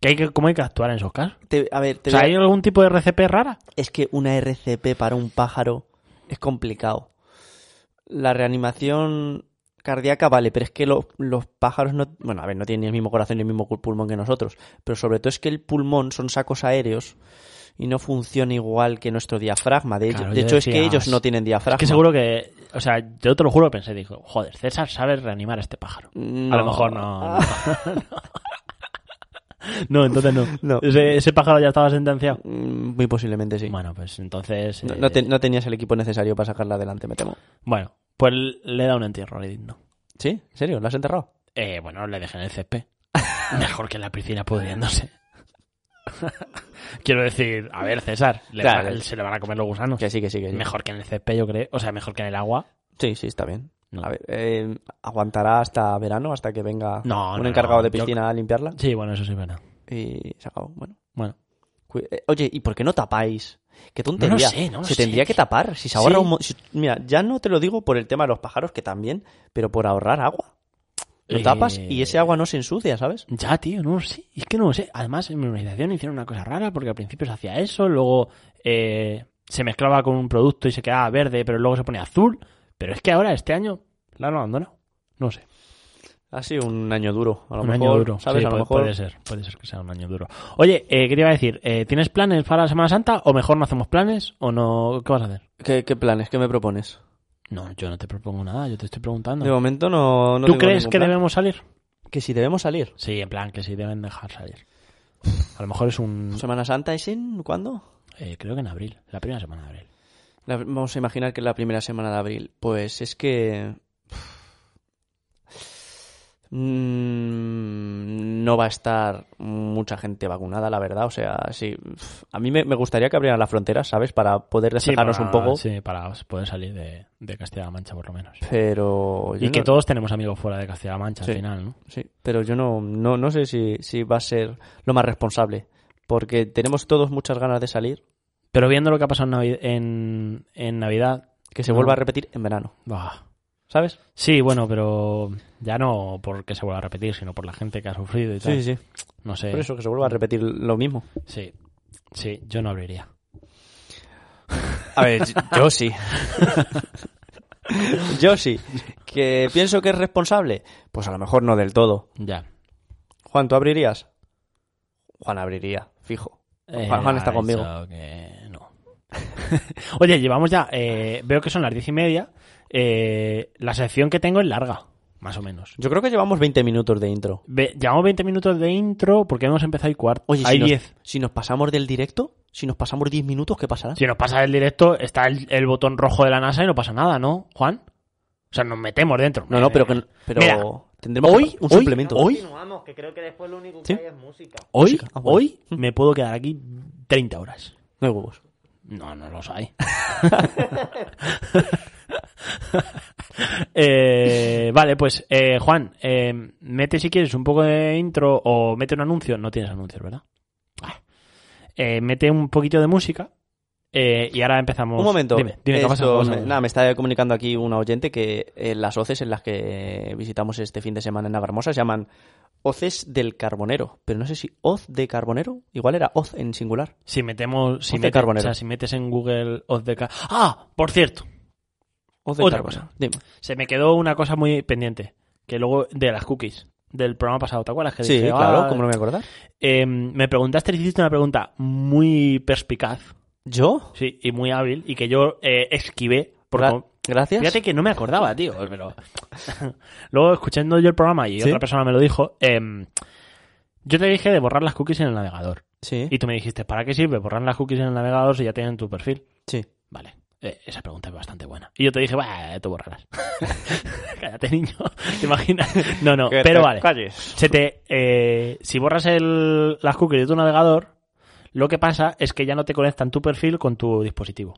Que hay que, ¿Cómo hay que actuar en esos casos? Te- a ver, te O sea, voy a- ¿hay algún tipo de RCP rara? es que una RCP para un pájaro es complicado. La reanimación cardíaca vale, pero es que lo- los pájaros no... Bueno, a ver, no tienen ni el mismo corazón ni el mismo cu- pulmón que nosotros, pero sobre todo es que el pulmón son sacos aéreos y no funciona igual que nuestro diafragma. De, ello- Claro, de yo hecho, es decía, que ellos no tienen diafragma. Es que seguro que. O sea, yo te lo juro, pensé, dijo, joder, César sabe reanimar a este pájaro. A No. Ah. lo mejor no. No, No, entonces no. No. Ese, ese pájaro ya estaba sentenciado. Mm, Muy posiblemente sí. Bueno, pues entonces. No, eh, no te- no tenías el equipo necesario para sacarla adelante, me temo. Bueno, pues le da un entierro le digno. ¿Sí? ¿En serio? ¿Lo has enterrado? Eh, bueno, le dejé en el césped. Mejor que en la piscina pudriéndose. Quiero decir, a ver, César, le Claro. van a- se le van a comer los gusanos. Que sí, que sí, que sí. Mejor que en el césped, yo creo. O sea, mejor que en el agua. Sí, sí, está bien. No. A ver, eh, ¿aguantará hasta verano, hasta que venga No, un no, encargado no. de piscina a limpiarla? Sí, bueno, eso sí es verdad. Y se acabó. Bueno. Bueno. Cu- eh, Oye, ¿y por qué no tapáis? Qué tontería. sé, no lo se sé, tendría que tío. tapar. Si se ahorra Sí. un mo- si- Mira, ya no te lo digo por el tema de los pájaros, que también, pero por ahorrar agua. Lo Eh, tapas y ese agua no se ensucia, ¿sabes? Ya, tío, no lo sé. Es que no lo sé. Además, en mi organización hicieron una cosa rara porque al principio se hacía eso, luego eh, se mezclaba con un producto y se quedaba verde, pero luego se ponía azul. Pero es que ahora, este año, la han abandonado. No sé. Ha sido un año duro. A lo un mejor, año duro. ¿sabes? Sí, a lo puede, mejor. puede ser. Puede ser que sea un año duro. Oye, eh, ¿qué te iba a decir? Eh, ¿Tienes planes para la Semana Santa o mejor no hacemos planes o no? ¿Qué vas a hacer? ¿Qué, qué planes? ¿Qué me propones? No, yo no te propongo nada, yo te estoy De preguntando. momento no. no ¿Tú tengo crees ningún que plan. debemos salir? Que si debemos salir. Sí, en plan, que sí deben dejar salir. A lo mejor es un... ¿Semana Santa es en cuándo? eh, creo que en abril, la primera semana de abril. La- vamos a imaginar que es la primera semana de abril. Pues es que. Mm, No va a estar mucha gente vacunada, la verdad. O sea, sí. A mí me, me gustaría que abrieran las fronteras, ¿sabes? Para poder Sí, despejarnos para- un poco. Sí, para poder salir de, de Castilla-La Mancha, por lo menos. Pero. yo Y que no- todos tenemos amigos fuera de Castilla-La Mancha Sí. al final, ¿no? Sí, pero yo no, no, no sé si, si va a ser lo más responsable. Porque tenemos todos muchas ganas de salir. Pero viendo lo que ha pasado en, Navi- en, en Navidad. Que se No. vuelva a repetir en verano, bah. ¿sabes? Sí, bueno, pero ya no porque se vuelva a repetir, sino por la gente que ha sufrido y tal. sí. No sé. Por eso que se vuelva a repetir lo mismo. Sí, sí, yo no abriría. A ver, yo sí. yo sí. ¿Que pienso que es responsable? Pues a lo mejor no del todo. Ya. Juan, ¿tú abrirías? Juan abriría, fijo. Eh, Juan, Juan está ha conmigo. dicho que no. Oye, llevamos ya. eh, veo que son las diez y media. Eh, la sección que tengo es larga, más o menos. Yo creo que llevamos 20 minutos de intro. Ve- llevamos 20 minutos de intro porque hemos empezado el cuarto. Oye, Hay si, 10. Nos, si nos pasamos del directo, si nos pasamos 10 minutos, ¿qué pasará? Si nos pasa el directo, está el, el botón rojo de la NASA y no pasa nada, ¿no, Juan? O sea, nos metemos dentro. Eh, No, no, pero, que, pero Mira, tendremos hoy- que- Eh, un hoy- suplemento. hoy- Continuamos, que creo que después lo único que ¿Sí? hay es música. hoy, Ah, bueno. hoy me puedo quedar aquí 30 horas. No hay huevos. No, no los hay. Eh, vale, pues eh, Juan, eh, mete si quieres un poco de intro o mete un anuncio. No tienes anuncios, ¿verdad? Ah. Eh, mete un poquito de música Eh, y ahora empezamos. Un momento. Dime, dime, ¿qué Esto ha pasado? me- nada, me está comunicando aquí una oyente que eh, las hoces en las que visitamos este fin de semana en Navarmosa se llaman hoces del carbonero. Pero no sé si hoz de carbonero, igual era hoz en singular. Si metemos. Si, Hoz de mete- carbonero. o sea, si metes en Google Oz de Car- ¡Ah! Por cierto, Hoz de Otra carbonero. cosa. Dime. se me quedó una cosa muy pendiente. Que luego de las cookies del programa pasado, ¿te acuerdas? Que Sí, dije, claro, "Ah, ¿cómo no me acordar? eh, me preguntaste, hiciste una pregunta muy perspicaz ¿Yo? sí, y muy hábil y que yo eh, esquivé. Por Gra- com- Gracias. Fíjate que no me acordaba, tío. Pero... Luego, escuchando yo el programa y ¿Sí? otra persona me lo dijo, em, yo te dije de borrar las cookies en el navegador. Sí, Y tú me dijiste, ¿para qué sirve borrar las cookies en el navegador si ya tienen tu perfil? sí. Vale, eh, esa pregunta es bastante buena. Y yo te dije, bah, tú borrarás. Cállate, niño. ¿Te imaginas? No, no, pero vale. Se te, eh, si borras el- las cookies de tu navegador, lo que pasa es que ya no te conectan tu perfil con tu dispositivo.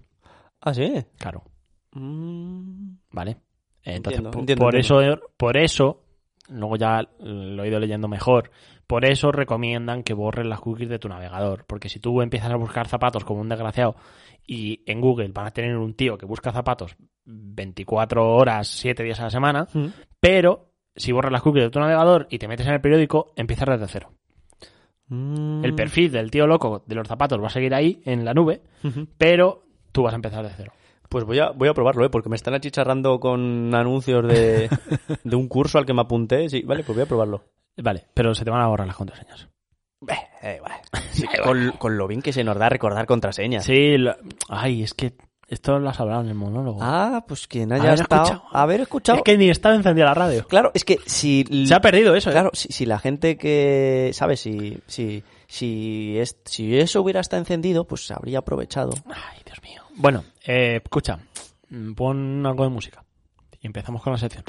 Ah, sí. Claro. Mm, ¿Vale? Entonces, Entiendo, po- entiendo, por entiendo. eso, por eso, luego ya lo he ido leyendo mejor, por eso recomiendan que borres las cookies de tu navegador. Porque si tú empiezas a buscar zapatos como un desgraciado y en Google van a tener un tío que busca zapatos 24 horas, 7 días a la semana, Mm. pero si borras las cookies de tu navegador y te metes en el periódico, empiezas desde cero. Mm. El perfil del tío loco de los zapatos va a seguir ahí en la nube, Ujú. pero tú vas a empezar desde cero. Pues voy a, voy a probarlo, ¿eh? Porque me están achicharrando con anuncios de, de un curso al que me apunté. Sí, vale, pues voy a probarlo. Vale, pero se te van a borrar las contraseñas. Eh, con, con lo bien que se nos da recordar contraseñas. Sí, lo- ay, es que esto lo has hablado en el monólogo. Ah, pues quien haya Haber estado. escuchado. Haber escuchado. Es que ni estaba encendida la radio. Claro, es que si. Se ha perdido eso, ¿eh? Claro, si, si la gente que. ¿Sabes? Si, si, si, es- si eso hubiera estado encendido, pues se habría aprovechado. Ay, Dios mío. Bueno, eh, escucha, mm, pon algo de música. Y empezamos con la sección.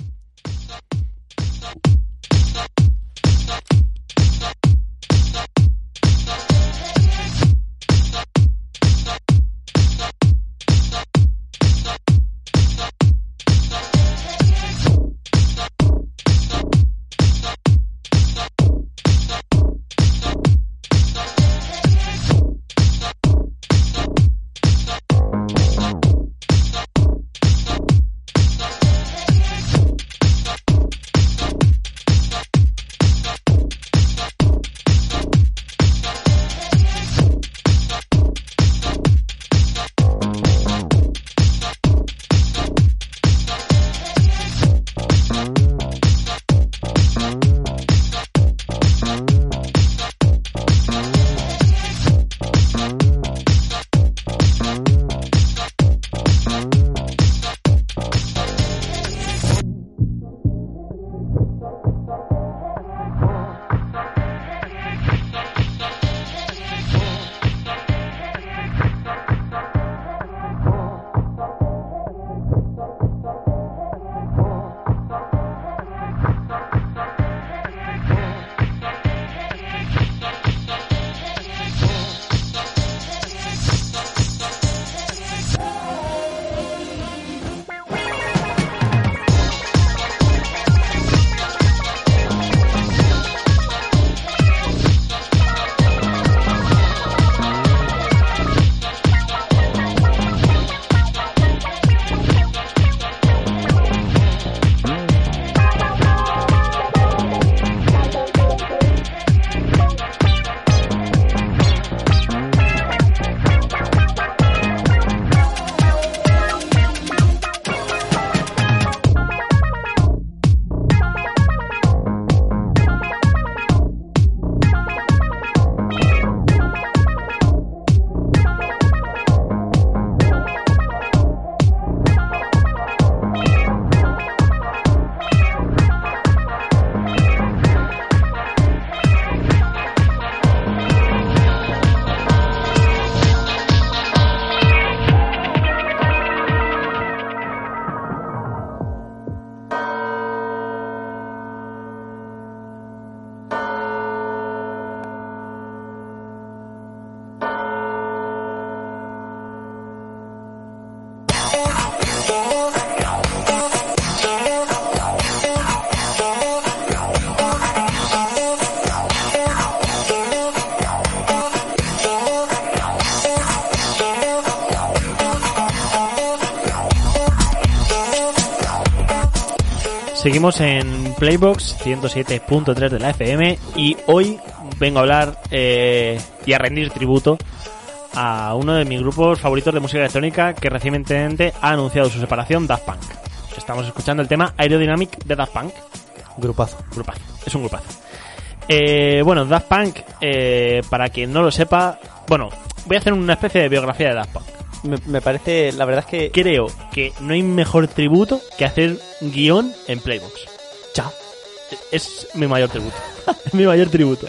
Seguimos en Playbox 107.3 de la FM y hoy vengo a hablar eh, y a rendir tributo a uno de mis grupos favoritos de música electrónica que recientemente ha anunciado su separación, Daft Punk. Estamos escuchando el tema Aerodynamic de Daft Punk. Grupazo. Grupazo, es un grupazo. Eh, bueno, Daft Punk, eh, para quien no lo sepa, bueno, voy a hacer una especie de biografía de Daft Punk. Me, me parece, la verdad es que... Creo que no hay mejor tributo que hacer guión en Playbox. Cha. Es mi mayor tributo. mi mayor tributo.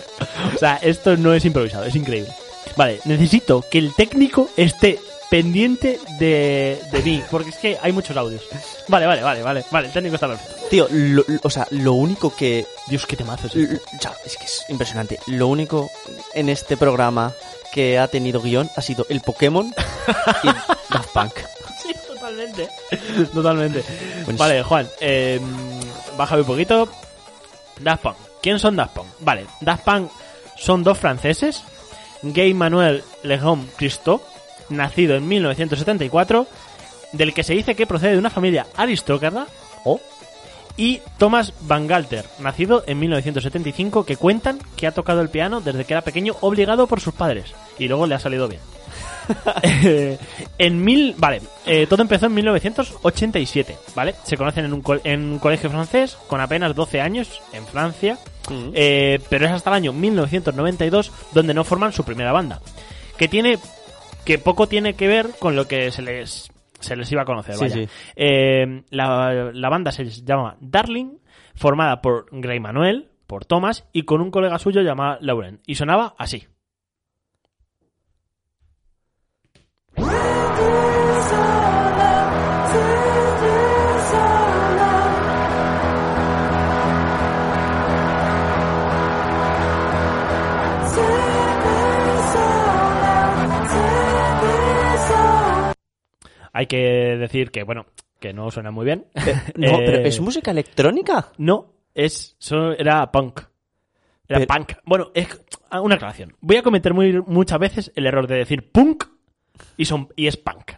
O sea, esto no es improvisado, es increíble. Vale, necesito que el técnico esté pendiente de, de mí, porque es que hay muchos audios. Vale, vale, vale, vale, vale, el técnico está perfecto. Tío, lo- lo- o sea, lo único que... Dios, qué temazo es este. l- ya, es que es impresionante. Lo único en este programa que ha tenido guión ha sido el Pokémon y Daft Punk. Sí, totalmente. Totalmente. Buenísimo. Vale, Juan, eh, bájame un poquito. Daft Punk. ¿Quién son Daft Punk? Vale, Daft Punk son dos franceses. Gay Manuel Lejeune Christo, nacido en 1974, del que se dice que procede de una familia aristócrata. Y Thomas Van Galter, nacido en 1975, que cuentan que ha tocado el piano desde que era pequeño, obligado por sus padres. Y luego le ha salido bien. Eh, en mil. Vale, eh, todo empezó en 1987, ¿vale? Se conocen en un, col- en un colegio francés con apenas 12 años en Francia, eh, pero es hasta el año 1992 donde no forman su primera banda. Que tiene. que poco tiene que ver con lo que se les. Se les iba a conocer, Sí, vaya. sí. Eh, la, la banda se llama Darling, formada por Gray Manuel, por Thomas y con un colega suyo llamado Lauren. Y sonaba así. Hay que decir que, bueno, que no suena muy bien. No, Eh, pero ¿es música electrónica? No, es, solo era punk. Era Pero- punk. Bueno, es ah, una aclaración. Voy a cometer muy, muchas veces el error de decir punk y, son, y es punk.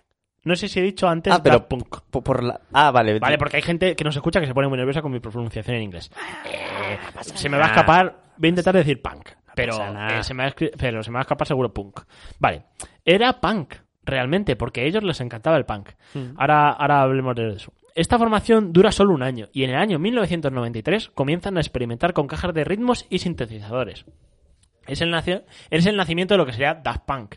No sé si he dicho antes Ah, pero- Daft punk. Por, por la... Ah, vale. Vale, porque hay gente que nos escucha que se pone muy nerviosa con mi pronunciación en inglés. Ah, Eh, se me va a escapar, voy a intentar decir punk, pero, pasa nada. eh, se me va a, escri- pero se me va a escapar seguro punk. Vale, era punk, realmente, porque a ellos les encantaba el punk. Hmm. Ahora, ahora hablemos de eso. Esta formación dura solo un año y en el año 1993 comienzan a experimentar con cajas de ritmos y sintetizadores. Es el, naci- es el nacimiento de lo que sería Daft Punk.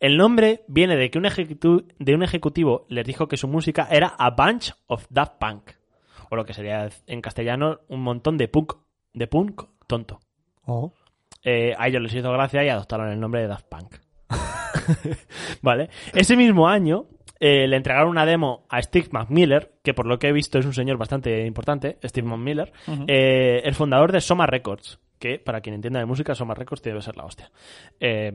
El nombre viene de que un, ejecutu- de un ejecutivo les dijo que su música era A Bunch of Daft Punk. O lo que sería en castellano un montón de punk, de punk tonto. Oh. Eh, a ellos les hizo gracia y adoptaron el nombre de Daft Punk. vale. Ese mismo año eh, le entregaron una demo a Steve McMiller, que por lo que he visto es un señor bastante importante, Steve McMiller, eh, el fundador de Soma Records, que para quien entienda de música, Soma Records debe ser la hostia. Eh,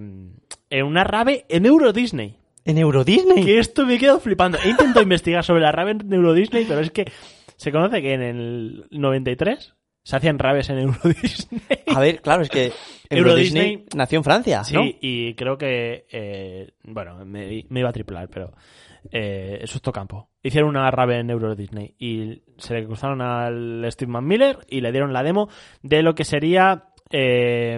en una rave en Euro Disney. ¿En Euro Disney? Que esto me quedo flipando. He intentado investigar sobre la rave en Euro Disney, pero es que se conoce que en el 93 se hacían raves en Euro Disney. A ver, claro, es que Euro Euro, Disney, Disney- nació en Francia, Sí, Ah, ¿no? y creo que. eh, bueno, me, me iba a triplar, pero. Eh, Susto Campo. Hicieron una rave en Euro Disney y se le cruzaron al Steve Miller y le dieron la demo de lo que sería. eh,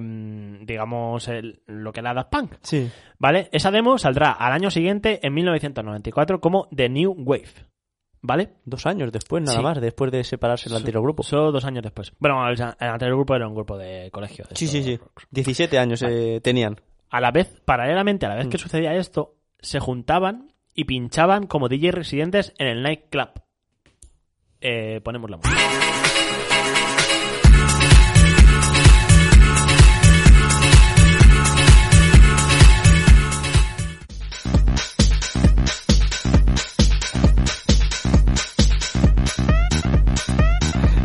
digamos, el- lo que era Daft Punk. Sí. ¿Vale? Esa demo saldrá al año siguiente, en 1994, como The New Wave. ¿Vale? Dos años después, nada Sí. más, después de separarse el So- anterior grupo. Solo dos años después. Bueno, el, el anterior grupo era un grupo de colegio. de sí, sí, estos sí. rocks. 17 años eh, tenían. a la vez, paralelamente a la Mm. vez que sucedía esto, se juntaban y pinchaban como DJ residentes en el nightclub. Eh, ponemos la música.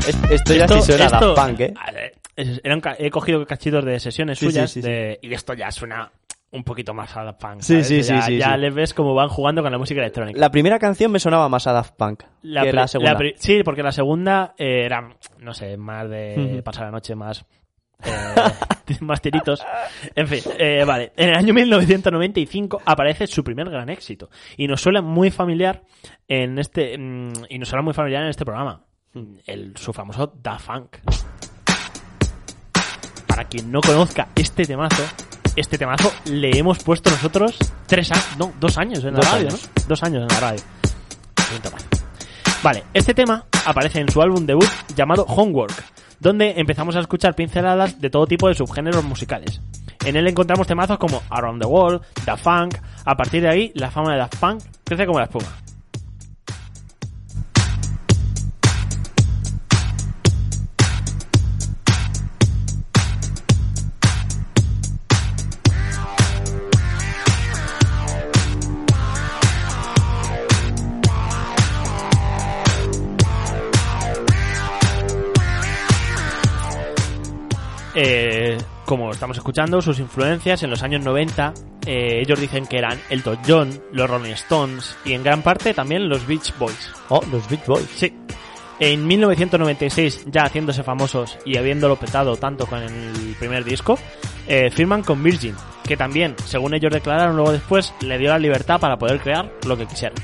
Es- esto ya sí suena a Daft Punk, ¿eh? a ver, es- eran ca- he cogido cachitos de sesiones Sí, sí, suyas sí, sí. de- y esto ya suena un poquito más a Daft Punk. Sí, ¿sabes? sí, ya, sí, sí, Ya sí. les ves como van jugando con la música electrónica. La primera canción me sonaba más a Daft Punk que pri- la segunda. pri- sí, porque la segunda eh, era, no sé, más de Ujú. pasar la noche, más. eh, más tiritos. En fin, eh, vale. En el año 1995 aparece su primer gran éxito. Y nos suena muy familiar en este. mm, y nos suena muy familiar en este programa. el, su famoso Da Funk. Para quien no conozca este temazo, este temazo le hemos puesto nosotros tres años, no, dos años en la Dos radio, años. ¿no? Dos años en la radio. Es un temazo. Vale, este tema aparece en su álbum debut llamado Homework, donde empezamos a escuchar pinceladas de todo tipo de subgéneros musicales. En él encontramos temazos como Around the World, Da Funk. A partir de ahí, la fama de Da Funk crece como la espuma. Eh, como estamos escuchando, sus influencias en los años 90, eh, ellos dicen que eran Elton John, los Rolling Stones y en gran parte también los Beach Boys. Oh, los Beach Boys. Sí. En 1996, ya haciéndose famosos y habiéndolo petado tanto con el primer disco, eh, firman con Virgin, que también, según ellos declararon luego después, le dio la libertad para poder crear lo que quisieran.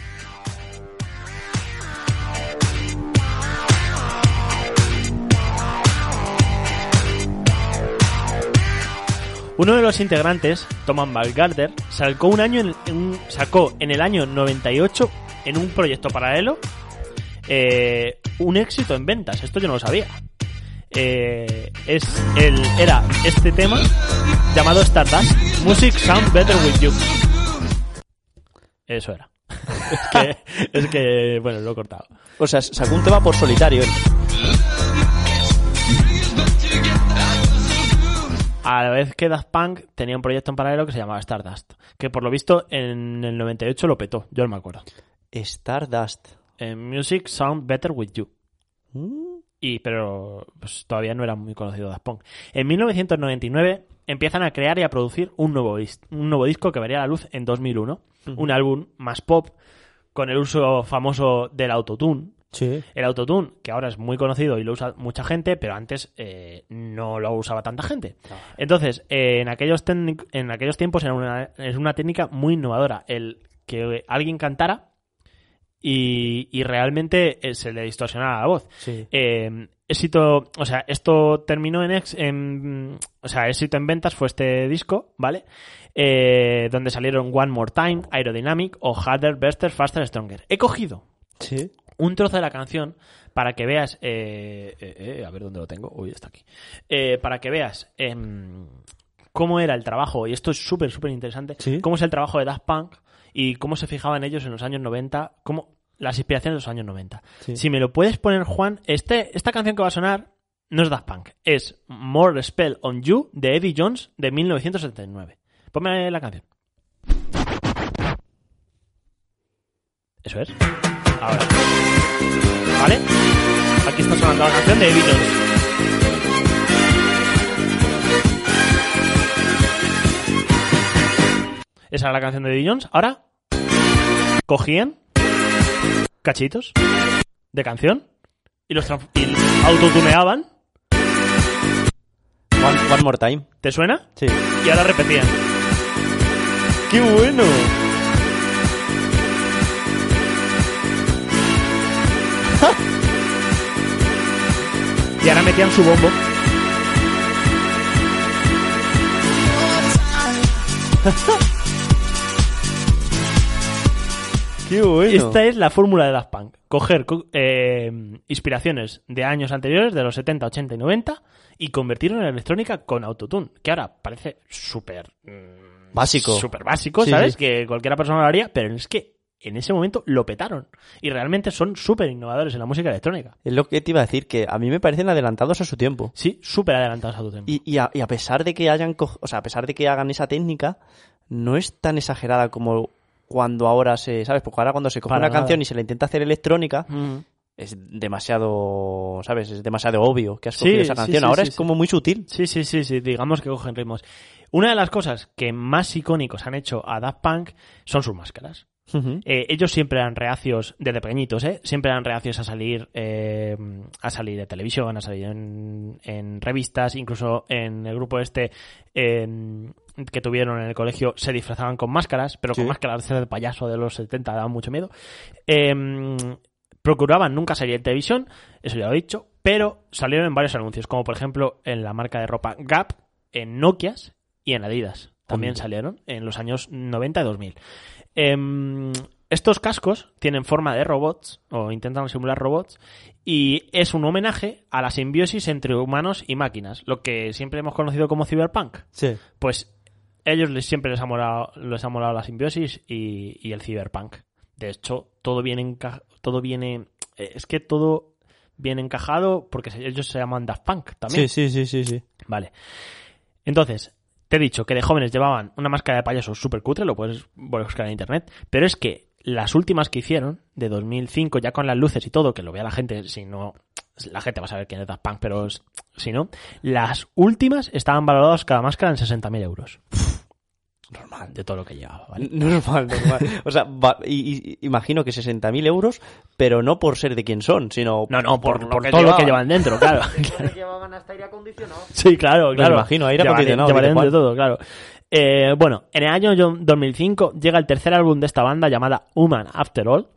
Uno de los integrantes, Thomas Balgarder, sacó, un año en, en un- sacó en el año 98, en un proyecto paralelo, eh, un éxito en ventas. Esto yo no lo sabía. Eh, es el, era este tema llamado Stardust. Music Sound Better With You. Eso era. es, que, es que, bueno, lo he cortado. O sea, sacó un tema por solitario. él. A la vez que Daft Punk tenía un proyecto en paralelo que se llamaba Stardust. Que por lo visto en el 98 lo petó. Yo no me acuerdo. Stardust. Eh, Music Sound Better With You. Mm. y pero pues, todavía no era muy conocido Daft Punk. En 1999 empiezan a crear y a producir un nuevo, dis- un nuevo disco que vería la luz en 2001, un álbum más pop con el uso famoso del autotune. Sí. El autotune, que ahora es muy conocido y lo usa mucha gente, pero antes eh, no lo usaba tanta gente. Entonces, eh, en, aquellos técnic- en aquellos tiempos era una, es una técnica muy innovadora. El que alguien cantara y, y realmente eh, se le distorsionara la voz. Sí. Eh, éxito, o sea, esto terminó en, ex, en- O sea, éxito en ventas fue este disco, ¿vale? Eh, donde salieron One More Time, Aerodynamic o Harder, Bester, Faster, Stronger. He cogido Sí. un trozo de la canción para que veas. eh, eh, eh, a ver dónde lo tengo. Uy, está aquí. Eh, para que veas em, cómo era el trabajo, y esto es súper, súper interesante, Sí. cómo es el trabajo de Daft Punk y cómo se fijaban ellos en los años 90, cómo las inspiraciones de los años 90. Sí. Si me lo puedes poner, Juan, este, esta canción que va a sonar no es Daft Punk, es More Spell on You de Eddie Jones de 1979. Ponme la canción. Eso es. Ahora. ¿Vale? Aquí está sonando la canción de Eddie Jones. Esa era la canción de Eddie Jones. Ahora cogían cachitos de canción y los trans- y autotuneaban. One, one more time. ¿Te suena? Sí. Y ahora repetían. ¡Qué bueno! y ahora metían su bombo. Qué bueno. Esta es la fórmula de Daft Punk. Coger co- eh, inspiraciones de años anteriores, de los 70, 80 y 90, y convertirlo en electrónica con autotune, que ahora parece súper... mm, Básico. Súper básico, Sí, ¿sabes? sí. Que cualquiera persona lo haría, pero es que en ese momento lo petaron. Y realmente son súper innovadores en la música electrónica. Es lo que te iba a decir, que a mí me parecen adelantados a su tiempo. Sí, súper adelantados a tu tiempo. Y, y a, y a pesar de que hayan co- o sea, a pesar de que hagan esa técnica, no es tan exagerada como cuando ahora se, ¿sabes? Porque ahora cuando se coge Para una nada. canción y se la intenta hacer electrónica, Mm. es demasiado, ¿sabes? Es demasiado obvio que has Sí, cogido esa sí, canción. sí, ahora sí, es sí. como muy sutil. Sí, sí, sí, sí, digamos que cogen ritmos. Una de las cosas que más icónicos han hecho a Daft Punk son sus máscaras. Ujú. Eh, ellos siempre eran reacios, desde pequeñitos, ¿eh? Siempre eran reacios a salir, eh, a salir de televisión, a salir en, en revistas, incluso en el grupo este eh, que tuvieron en el colegio se disfrazaban con máscaras, pero Sí. con máscaras de payaso de los 70 daban mucho miedo. Eh, procuraban nunca salir en televisión, eso ya lo he dicho, pero salieron en varios anuncios, como por ejemplo en la marca de ropa Gap, en Nokias y en Adidas. También Anda. salieron en los años 90 y 2000. Em, estos cascos tienen forma de robots, o intentan simular robots, y es un homenaje a la simbiosis entre humanos y máquinas, lo que siempre hemos conocido como cyberpunk Sí. pues ellos les, siempre les ha molado, les ha molado la simbiosis y, y el cyberpunk. De hecho, todo viene enca- todo viene eh, es que todo viene encajado porque se- ellos se llaman Daft Punk también. sí, sí, sí, sí. Vale. Entonces, te he dicho que de jóvenes llevaban una máscara de payaso súper cutre, lo puedes buscar en internet, pero es que las últimas que hicieron, de 2005, ya con las luces y todo, que lo vea la gente, si no, la gente va a saber quién es Daft Punk, pero es- si no, las últimas estaban valoradas cada máscara en 60.000 euros. Normal, de todo lo que llevaba, ¿vale? Normal, normal. O sea, va- y, y- imagino que 60.000 euros, pero no por ser de quien son, sino No, no, por, por que todo lo que llevaban. llevan dentro, claro. Porque llevaban hasta aire acondicionado. Sí, claro, claro. imagino, aire Llevaré- acondicionado, llevaré dice de todo, claro. Eh, bueno, en el año yo- 2005 llega el tercer álbum de esta banda llamada Human After All.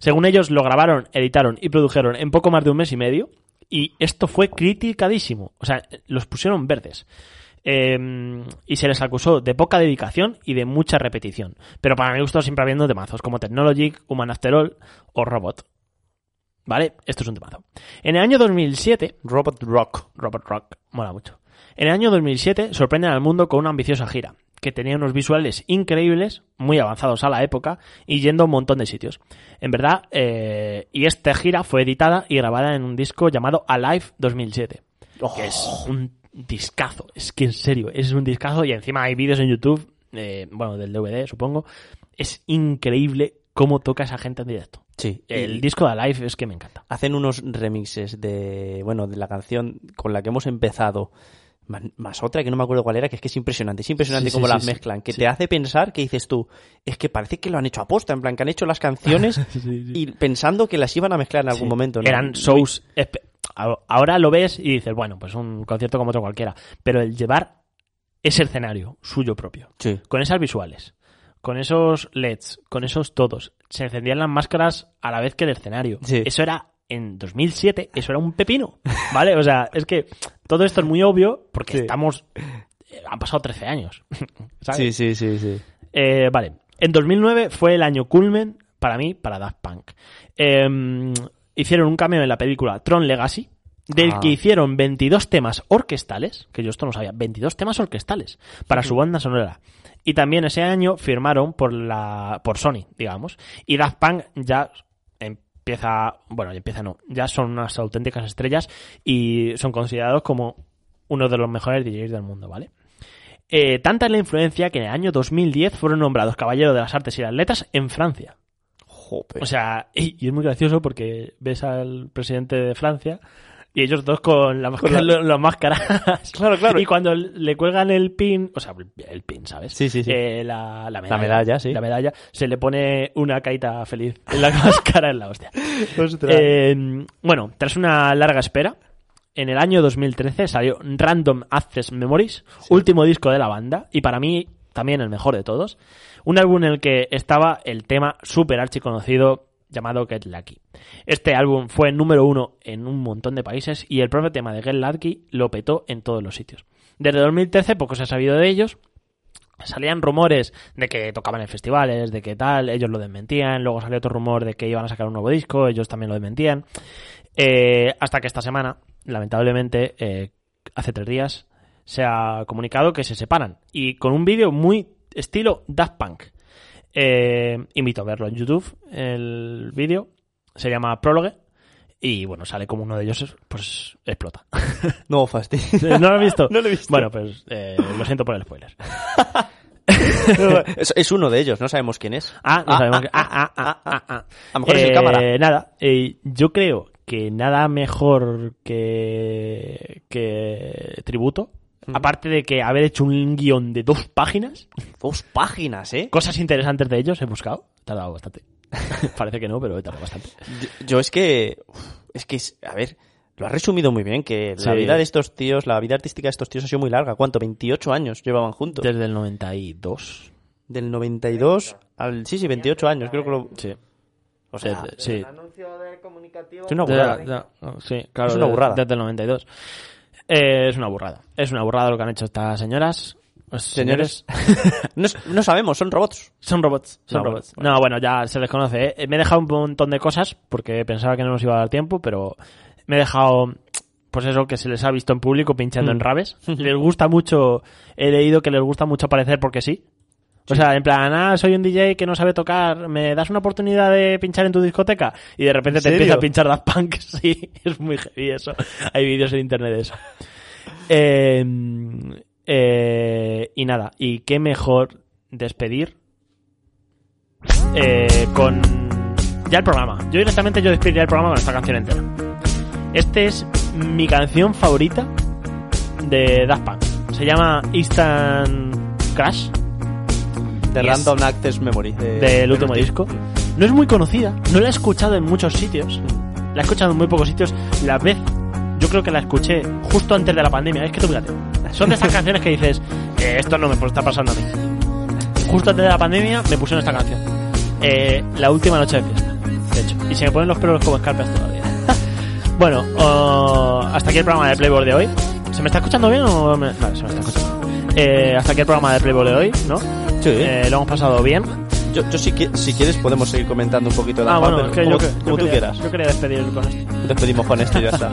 Según ellos, lo grabaron, editaron y produjeron en poco más de un mes y medio. Y esto fue criticadísimo. O sea, los pusieron verdes. Eh, y se les acusó de poca dedicación y de mucha repetición. Pero para mi gusto siempre habiendo temazos como Technologic, Human After All o Robot. ¿Vale? Esto es un temazo. En el año 2007 Robot Rock. Robert Rock, mola mucho. En el año 2007 sorprenden al mundo con una ambiciosa gira, que tenía unos visuales increíbles, muy avanzados a la época, y yendo a un montón de sitios. En verdad, eh, y esta gira fue editada y grabada en un disco llamado Alive 2007, que es un discazo, es que en serio, es un discazo, y encima hay vídeos en YouTube, eh, bueno, del DVD supongo, es increíble cómo toca esa gente en directo. Sí. El y disco de Alive es que me encanta. hacen unos remixes de, bueno, de la canción con la que hemos empezado. Más, más otra que no me acuerdo cuál era, que es que es impresionante, es impresionante Sí, cómo sí, las sí, sí. mezclan, que Sí. te hace pensar que dices tú, es que parece que lo han hecho aposta, en plan que han hecho las canciones y pensando que las iban a mezclar en algún Sí. momento. ¿no? Eran shows. espe- a- Ahora lo ves y dices, bueno, pues un concierto como otro cualquiera. Pero el llevar ese escenario suyo propio, Sí. con esas visuales, con esos LEDs, con esos todos, se encendían las máscaras a la vez que el escenario. Sí. Eso era en 2007, eso era un pepino. ¿Vale? O sea, es que todo esto es muy obvio porque Sí. estamos. eh, Han pasado 13 años. ¿sabes? sí, sí, sí, sí. Eh, vale. En 2009 fue el año culmen para mí, para Daft Punk. Eh, hicieron un cameo en la película Tron Legacy, del Ah. que hicieron 22 temas orquestales, que yo esto no sabía, 22 temas orquestales para su banda sonora. Y también ese año firmaron por la por Sony, digamos. Y Daft Punk ya empieza, bueno, ya empieza no, ya son unas auténticas estrellas y son considerados como uno de los mejores DJs del mundo, ¿vale? Eh, tanta es la influencia que en el año 2010 fueron nombrados Caballero de las Artes y las Letras en Francia. Jope. O sea, y, y es muy gracioso porque ves al presidente de Francia y ellos dos con, la máscara- lo- las máscaras. Claro, claro. Y cuando le cuelgan el pin, o sea, el pin, ¿sabes? Sí, sí, sí. Eh, la, medalla. medalla, sí. La medalla. Se le pone una caita feliz en la máscara en la hostia. Pues Eh, bueno, tras una larga espera, en el año 2013 salió Random Access Memories, último disco de la banda, y para mí también el mejor de todos. Un álbum en el que estaba el tema super archiconocido llamado Get Lucky. Este álbum fue número uno en un montón de países y el propio tema de Get Lucky lo petó en todos los sitios. Desde 2013 poco se ha sabido de ellos, Salían rumores de que tocaban en festivales, de que tal, ellos lo desmentían, luego salió otro rumor de que iban a sacar un nuevo disco, ellos también lo desmentían, Eh, hasta que esta semana, lamentablemente, eh, hace tres días, se ha comunicado que se separan, y con un vídeo muy estilo Daft Punk. Eh, invito a verlo en YouTube, el vídeo, se llama Prólogue, y bueno, sale como uno de ellos, pues explota. No, fastidio. ¿No lo has visto? No lo he visto. Bueno, pues eh, lo siento por el spoiler. es, es uno de ellos, no sabemos quién es. Ah, no Ah, sabemos ah, que- ah, ah, ah, ah, ah. A lo mejor es el Eh, cámara. Nada, eh, yo creo que nada mejor que, que tributo. Aparte de que haber hecho un guión de dos páginas, Dos páginas, ¿eh? cosas interesantes de ellos he buscado. He tardado bastante. Parece que no, pero he tardado bastante. Yo, yo es que. uf, Es que, es- a ver, lo has resumido muy bien, que la Sí. vida de estos tíos, la vida artística de estos tíos ha sido muy larga. ¿Cuánto? 28 años llevaban juntos. Desde el 92. Del 92 al. Sí, sí, 28 años, creo que lo. Sí. O sea, Sí, sí. El anuncio de comunicativo. Es una de- burrada. de- Ya, no, sí, claro, Es una de- burrada. Desde el 92. Eh, es una burrada. Es una burrada lo que han hecho estas señoras. Los señores. no, s- no sabemos, son robots. Son robots. Son No, robots. No, bueno, ya se les conoce. ¿eh? Me he dejado un montón de cosas porque pensaba que no nos iba a dar tiempo, pero me he dejado. Pues eso, que se les ha visto en público pinchando en raves. Les gusta mucho. He leído que les gusta mucho aparecer porque sí. O sea, en plan, ah, soy un DJ que no sabe tocar, ¿me das una oportunidad de pinchar en tu discoteca? Y de repente te serio? empieza a pinchar Daft Punk, sí, es muy heavy eso. Hay vídeos en internet de eso. Eh, eh, y nada, y qué mejor despedir eh, con ya el programa. Yo directamente yo despediría el programa con esta canción entera. Este es mi canción favorita de Daft Punk. Se llama Instant Crash De Yes. Random Access Memory. de- del último disco. No es muy conocida, no la he escuchado en muchos sitios. La he escuchado en muy pocos sitios. La vez, yo creo que la escuché justo antes de la pandemia. Es que tú fíjate, son de esas canciones que dices, "Eh, esto no me está pasando a mí. Justo antes de la pandemia me pusieron esta canción. Eh, la última noche de fiesta, de hecho. Y se me ponen los pelos como escarpias todavía. bueno, oh, hasta aquí el programa de Playboy de hoy. ¿Se me está escuchando bien o me... Vale, se me está escuchando. Eh, hasta aquí el programa de Playboy de hoy, ¿no? Sí. Eh, lo hemos pasado bien. Yo, yo si, qui- si quieres podemos seguir comentando un poquito de la Ah, bueno, es parte, que como, yo, que- yo como tú quería- quieras. Yo quería despedir con esto. Despedimos con esto y ya está.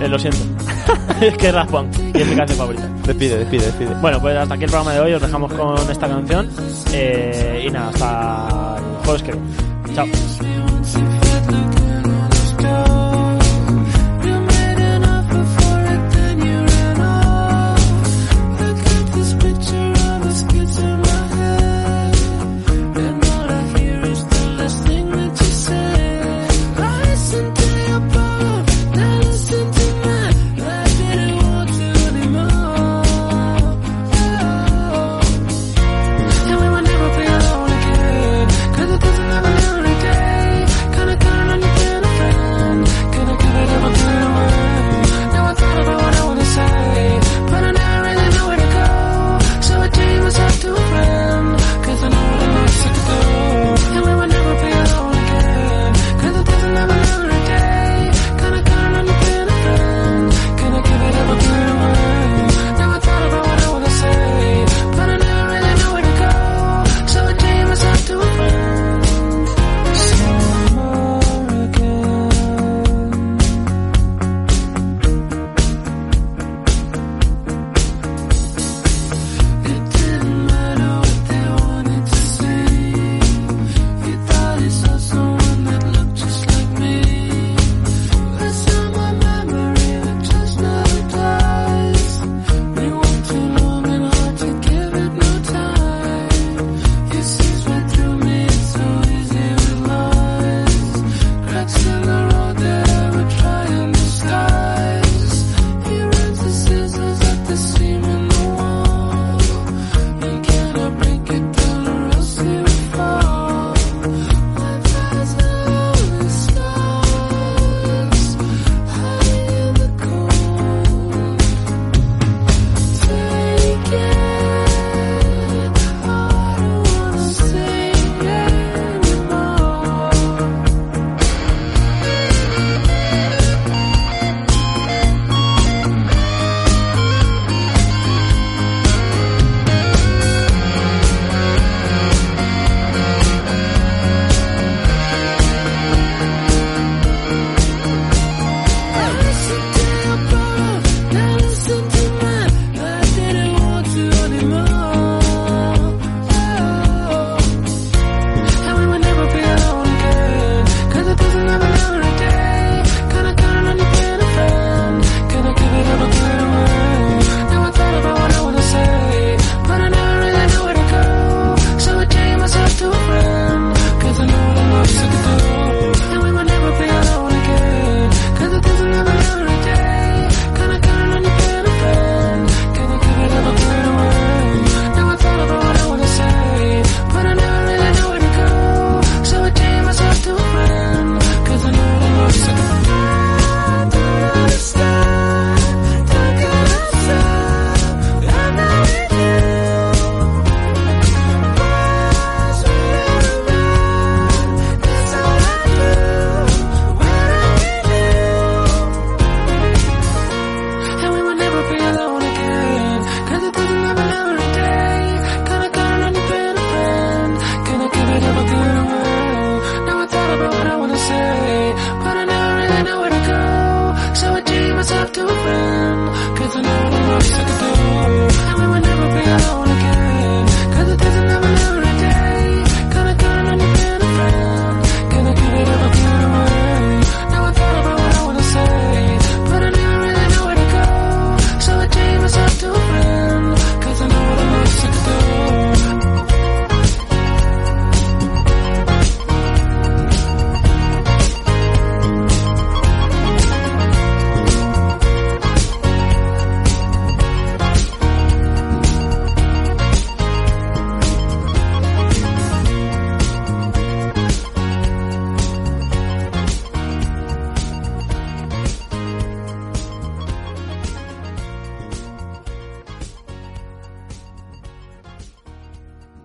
Eh, lo siento. es que es Raspón y es mi canción favorita. Despide, despide, despide. Bueno, pues hasta aquí el programa de hoy. Os dejamos con esta canción. Eh, y nada, hasta el jueves que viene. Chao. Oh. eh?